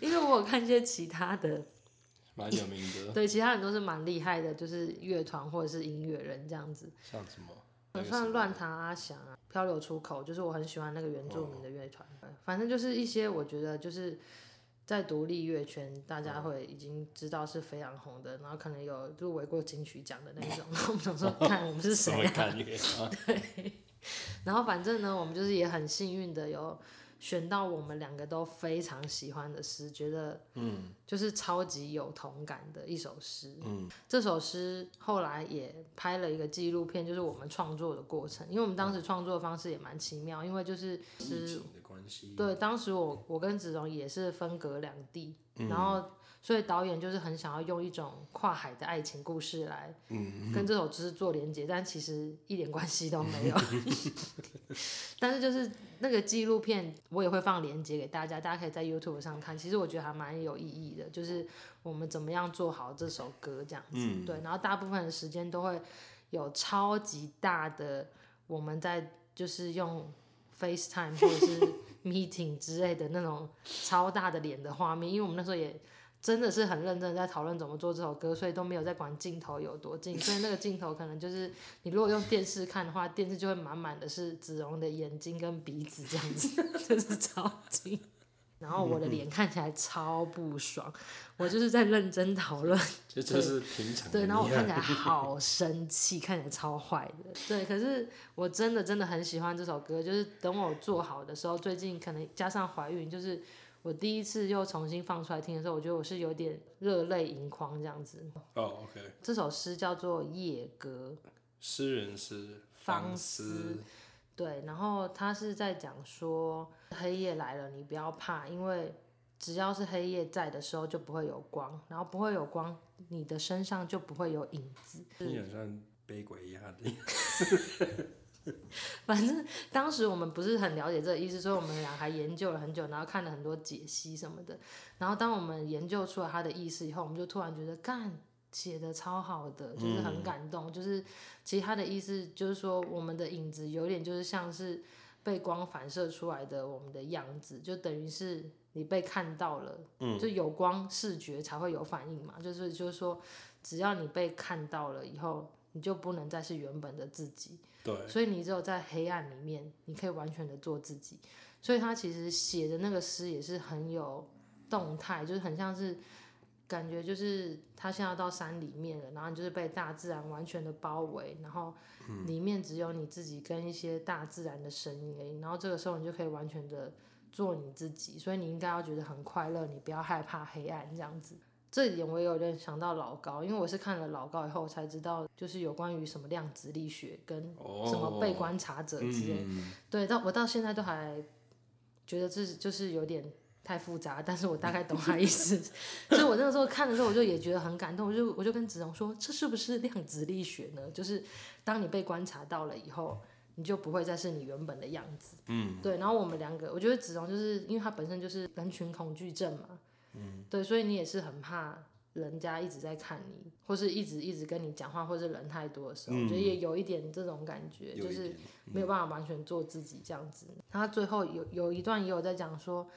Speaker 1: 因为我有看一些其他的，
Speaker 2: 嗯蛮有名的，
Speaker 1: 对，其他人都是蛮厉害的，就是乐团或者是音乐人这样子。
Speaker 2: 像什么
Speaker 1: *laughs*
Speaker 2: 那
Speaker 1: 我
Speaker 2: 个什
Speaker 1: 像
Speaker 2: 么
Speaker 1: 乱弹阿翔啊，漂流出口，就是我很喜欢那个原住
Speaker 2: 哦
Speaker 1: 民的乐团。呃反正就是一些我觉得就是在独立乐圈大
Speaker 2: 嗯
Speaker 1: 家会已经知道是非常红的，然后可能有入围过金曲奖的那种。 *laughs* 然后我们
Speaker 2: *laughs*
Speaker 1: 想说，看我们是
Speaker 2: 什
Speaker 1: 谁
Speaker 2: 么
Speaker 1: 啊？
Speaker 2: 感觉啊？
Speaker 1: 然后反正呢，我们就是也很幸运的有选到我们两个都非常喜欢的诗，觉得嗯，就是超级有同感的一首诗。嗯，这首诗后来也拍了一个纪录片，就是我们创作的过程。因为我们当时创作的方式也蛮奇妙，因为就是
Speaker 2: 疫情的关系，
Speaker 1: 对，当时我我跟子荣也是分隔两地，
Speaker 2: 嗯
Speaker 1: 然后所以导演就是很想要用一种跨海的爱情故事来
Speaker 2: 嗯
Speaker 1: 跟这首诗做连接，但其实一点关系都没有。但是就是那个纪录片，我也会放连接给大家，大家可以在 YouTube 上看。其实我觉得还蛮有意义的，就是我们怎么样做好这首歌这样子。对，然后大部分的时间都会有超级大的，我们在就是用 FaceTime 或者是 meeting 之类的那种超大的脸的画面，因为我们那时候也真的是很认真地在讨论怎么做这首歌，所以都没有在管镜头有多近，所以那个镜头可能就是你如果用电视看的话，电视就会满满的是子荣的眼睛跟鼻子这样子， *laughs* 就是超近。然后我的脸看起来超不爽，我就是在认真讨论 *laughs*
Speaker 2: 这就是平常的
Speaker 1: 对，然后我
Speaker 2: 你
Speaker 1: 看起来好生气，看起来超坏的。对，可是我真的真的很喜欢这首歌，就是等我做好的时候，最近可能加上怀孕，就是我第一次又重新放出来听的时候，我觉得我是有点热泪盈眶这样子。
Speaker 2: 哦，OK，
Speaker 1: 这首诗叫做《夜歌》，
Speaker 2: 诗人是
Speaker 1: 方
Speaker 2: 思，
Speaker 1: 对，然后他是在讲说黑夜来了，你不要怕，因为只要是黑夜在的时候就不会有光，然后不会有光，你的身上就不会有影子。
Speaker 2: 你好像悲鬼一样的，
Speaker 1: 反正当时我们不是很了解这个意思，所以我们俩还研究了很久，然后看了很多解析什么的。然后当我们研究出来它的意思以后，我们就突然觉得，干写的超好的，就是很感动。就是其实它的意思就是说，我们的影子有点就是像是被光反射出来的我们的样子，就等于是你被看到了，就有光视觉才会有反应嘛。就是就是说，只要你被看到了以后，你就不能再是原本的自己。
Speaker 2: 对，
Speaker 1: 所以你只有在黑暗里面，你可以完全的做自己。所以他其实写的那个诗也是很有动态，就是很像是感觉就是他现在到山里面了，然后你就是被大自然完全的包围，然后
Speaker 2: 嗯
Speaker 1: 里面只有你自己跟一些大自然的声音而已。然后这个时候你就可以完全的做你自己，所以你应该要觉得很快乐，你不要害怕黑暗这样子。这一点我也有点想到老高，因为我是看了老高以后我才知道，就是有关于什么量子力学跟
Speaker 2: 哦，
Speaker 1: 什么被观察者之类。
Speaker 2: 嗯，
Speaker 1: 对，到我到现在都还觉得这是就是有点太复杂，但是我大概懂他意思。 *laughs* 所以我那个时候看的时候，我就也觉得很感动，我就我就跟子龙说，这是不是量子力学呢？就是当你被观察到了以后，你就不会再是你原本的样子。嗯，对。然后我们两个，我觉得子龙就是因为他本身就是人群恐惧症嘛，嗯，对，所以你也是很怕。人家一直在看你，或是一直一直跟你讲话，或是人太多的时候，我觉得也有一点这种感觉，
Speaker 2: 嗯有
Speaker 1: 就
Speaker 2: 一
Speaker 1: 是
Speaker 2: 点
Speaker 1: 没有办法完全做自己这样子。他最后有有一段也有在讲说，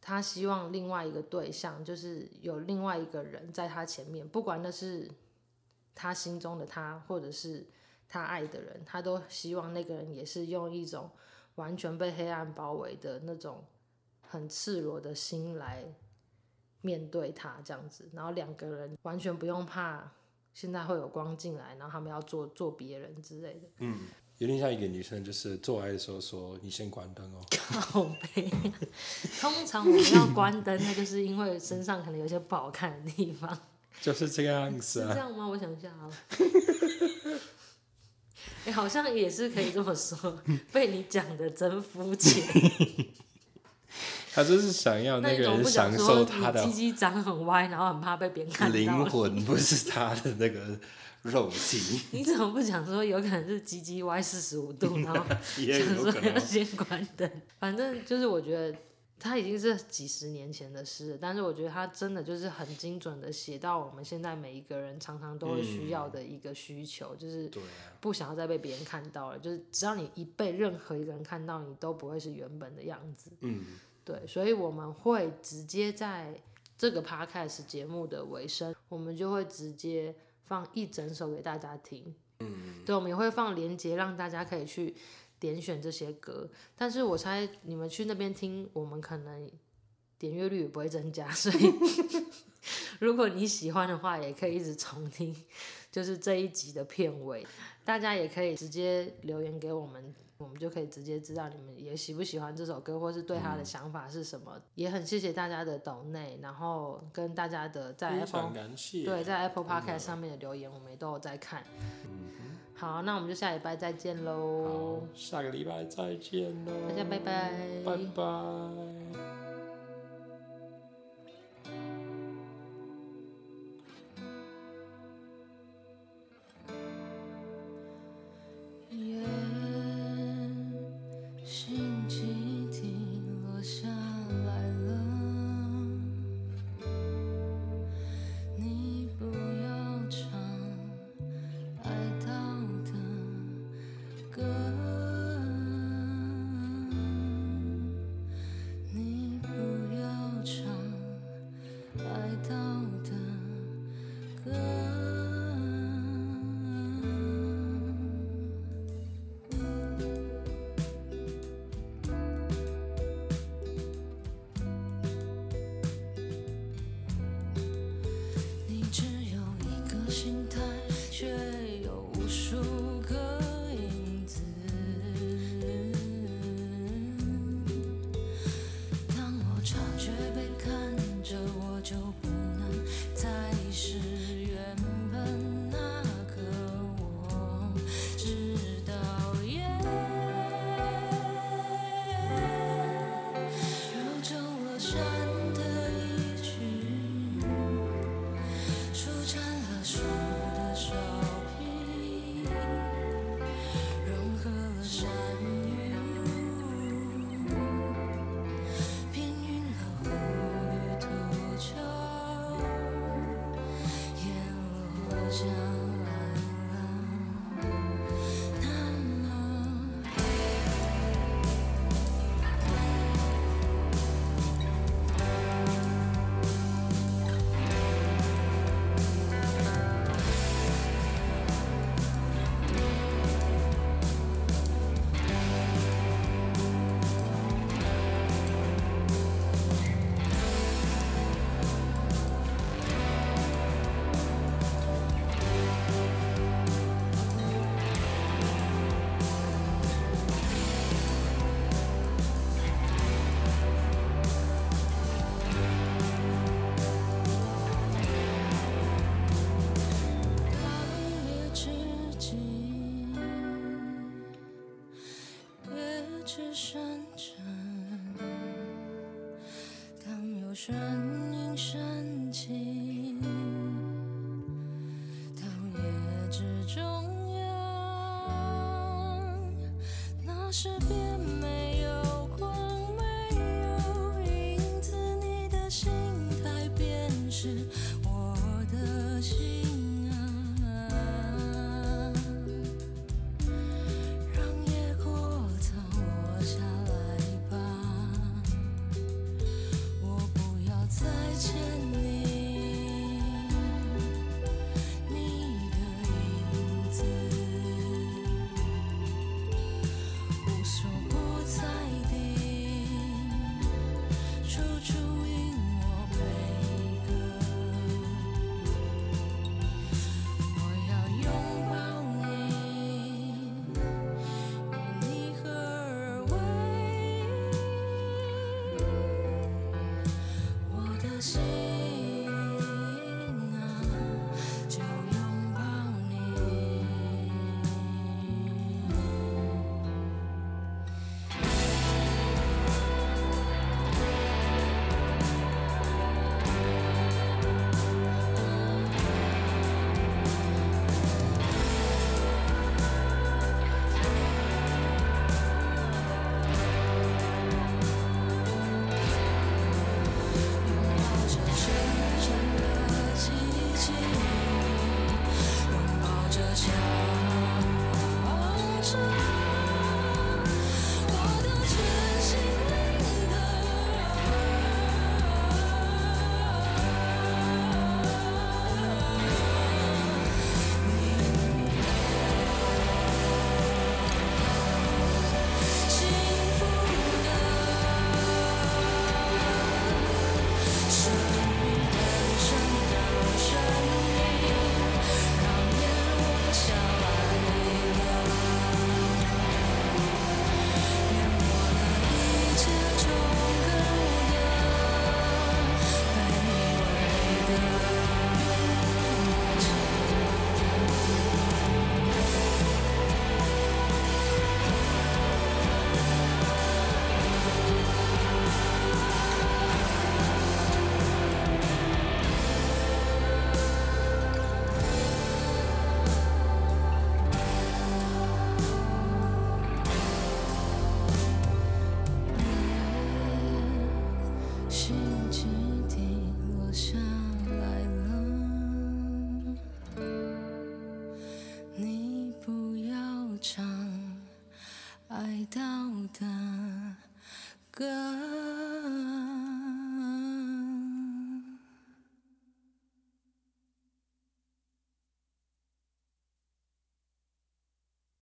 Speaker 1: 他希望另外一个对象，就是有另外一个人在他前面，不管那是他心中的他，或者是他爱的人，他都希望那个人也是用一种完全被黑暗包围的那种很赤裸的心来面对他这样子，然后两个人完全不用怕。现在会有光进来，然后他们要做做别人之类的，
Speaker 2: 有点像一个女生，就是做爱的时候说：“你先关灯哦。
Speaker 1: 靠
Speaker 2: *laughs*
Speaker 1: 背。通常我们要关灯，那就是因为身上可能有些不好看的地方。”
Speaker 2: 就是这个样
Speaker 1: 是
Speaker 2: 子
Speaker 1: 这
Speaker 2: 啊。
Speaker 1: 样吗？我想一下啊， *laughs* 欸好像也是可以这么
Speaker 2: *laughs*
Speaker 1: 说。被你讲的真肤浅，
Speaker 2: 她就是想要
Speaker 1: 那你
Speaker 2: *laughs* 那个
Speaker 1: 怎么
Speaker 2: 人
Speaker 1: 不想
Speaker 2: 享
Speaker 1: 说
Speaker 2: 受她
Speaker 1: 你
Speaker 2: 的
Speaker 1: 鸡鸡长很歪，然后很怕被别人看
Speaker 2: 灵
Speaker 1: 到？
Speaker 2: 魂，不是她的那个肉体，
Speaker 1: 你怎么不讲说有可能是鸡鸡歪四十五度，然后
Speaker 2: 也
Speaker 1: 想说
Speaker 2: 有可
Speaker 1: 要
Speaker 2: 能。哦
Speaker 1: 先关灯？反正就是我觉得他已经是几十年前的事了，但是我觉得他真的就是很精准的写到我们现在每一个人常常都会需要的一个需求，就是
Speaker 2: 对啊，
Speaker 1: 不想要再被别人看到了，就是只要你一被任何一个人看到，你都不会是原本的样子。
Speaker 2: 嗯，
Speaker 1: 对，所以我们会直接在这个 podcast 节目的尾声，我们就会直接放一整首给大家听。嗯，对，我们也会放链接让大家可以去点选这些歌。但是我猜你们去那边听，我们可能点阅率也不会增加， *laughs* 所以如果你喜欢的话，也可以一直重听，就是这一集的片尾。大家也可以直接留言给我们，我们就可以直接知道你们也喜不喜欢这首歌，或是对他的想法是什么。也很谢谢大家的抖内，然后跟大家的在
Speaker 2: 非
Speaker 1: Apple
Speaker 2: 常感谢。
Speaker 1: 对在 Apple Podcast 上面的嗯留言，我们也都有在看。好，那我们就下礼拜再见喽
Speaker 2: 好，，下个礼拜再见喽，
Speaker 1: 大家拜拜，
Speaker 2: 拜拜。
Speaker 3: 夜，星际体落下来了。你不要唱哀悼的歌，你不要唱哀悼的歌。你只有一个心态，却有无数个影子。当我察觉被看着，我就不能再是原本那个我。直到夜揉皱了衫的一曲。舒展了树的手臂，融合了山与雾，拼匀了湖与土丘，叶落下来了，那么。你声音升起，到夜之中央，那时便没有光，没有影子，你的心态便是啊啊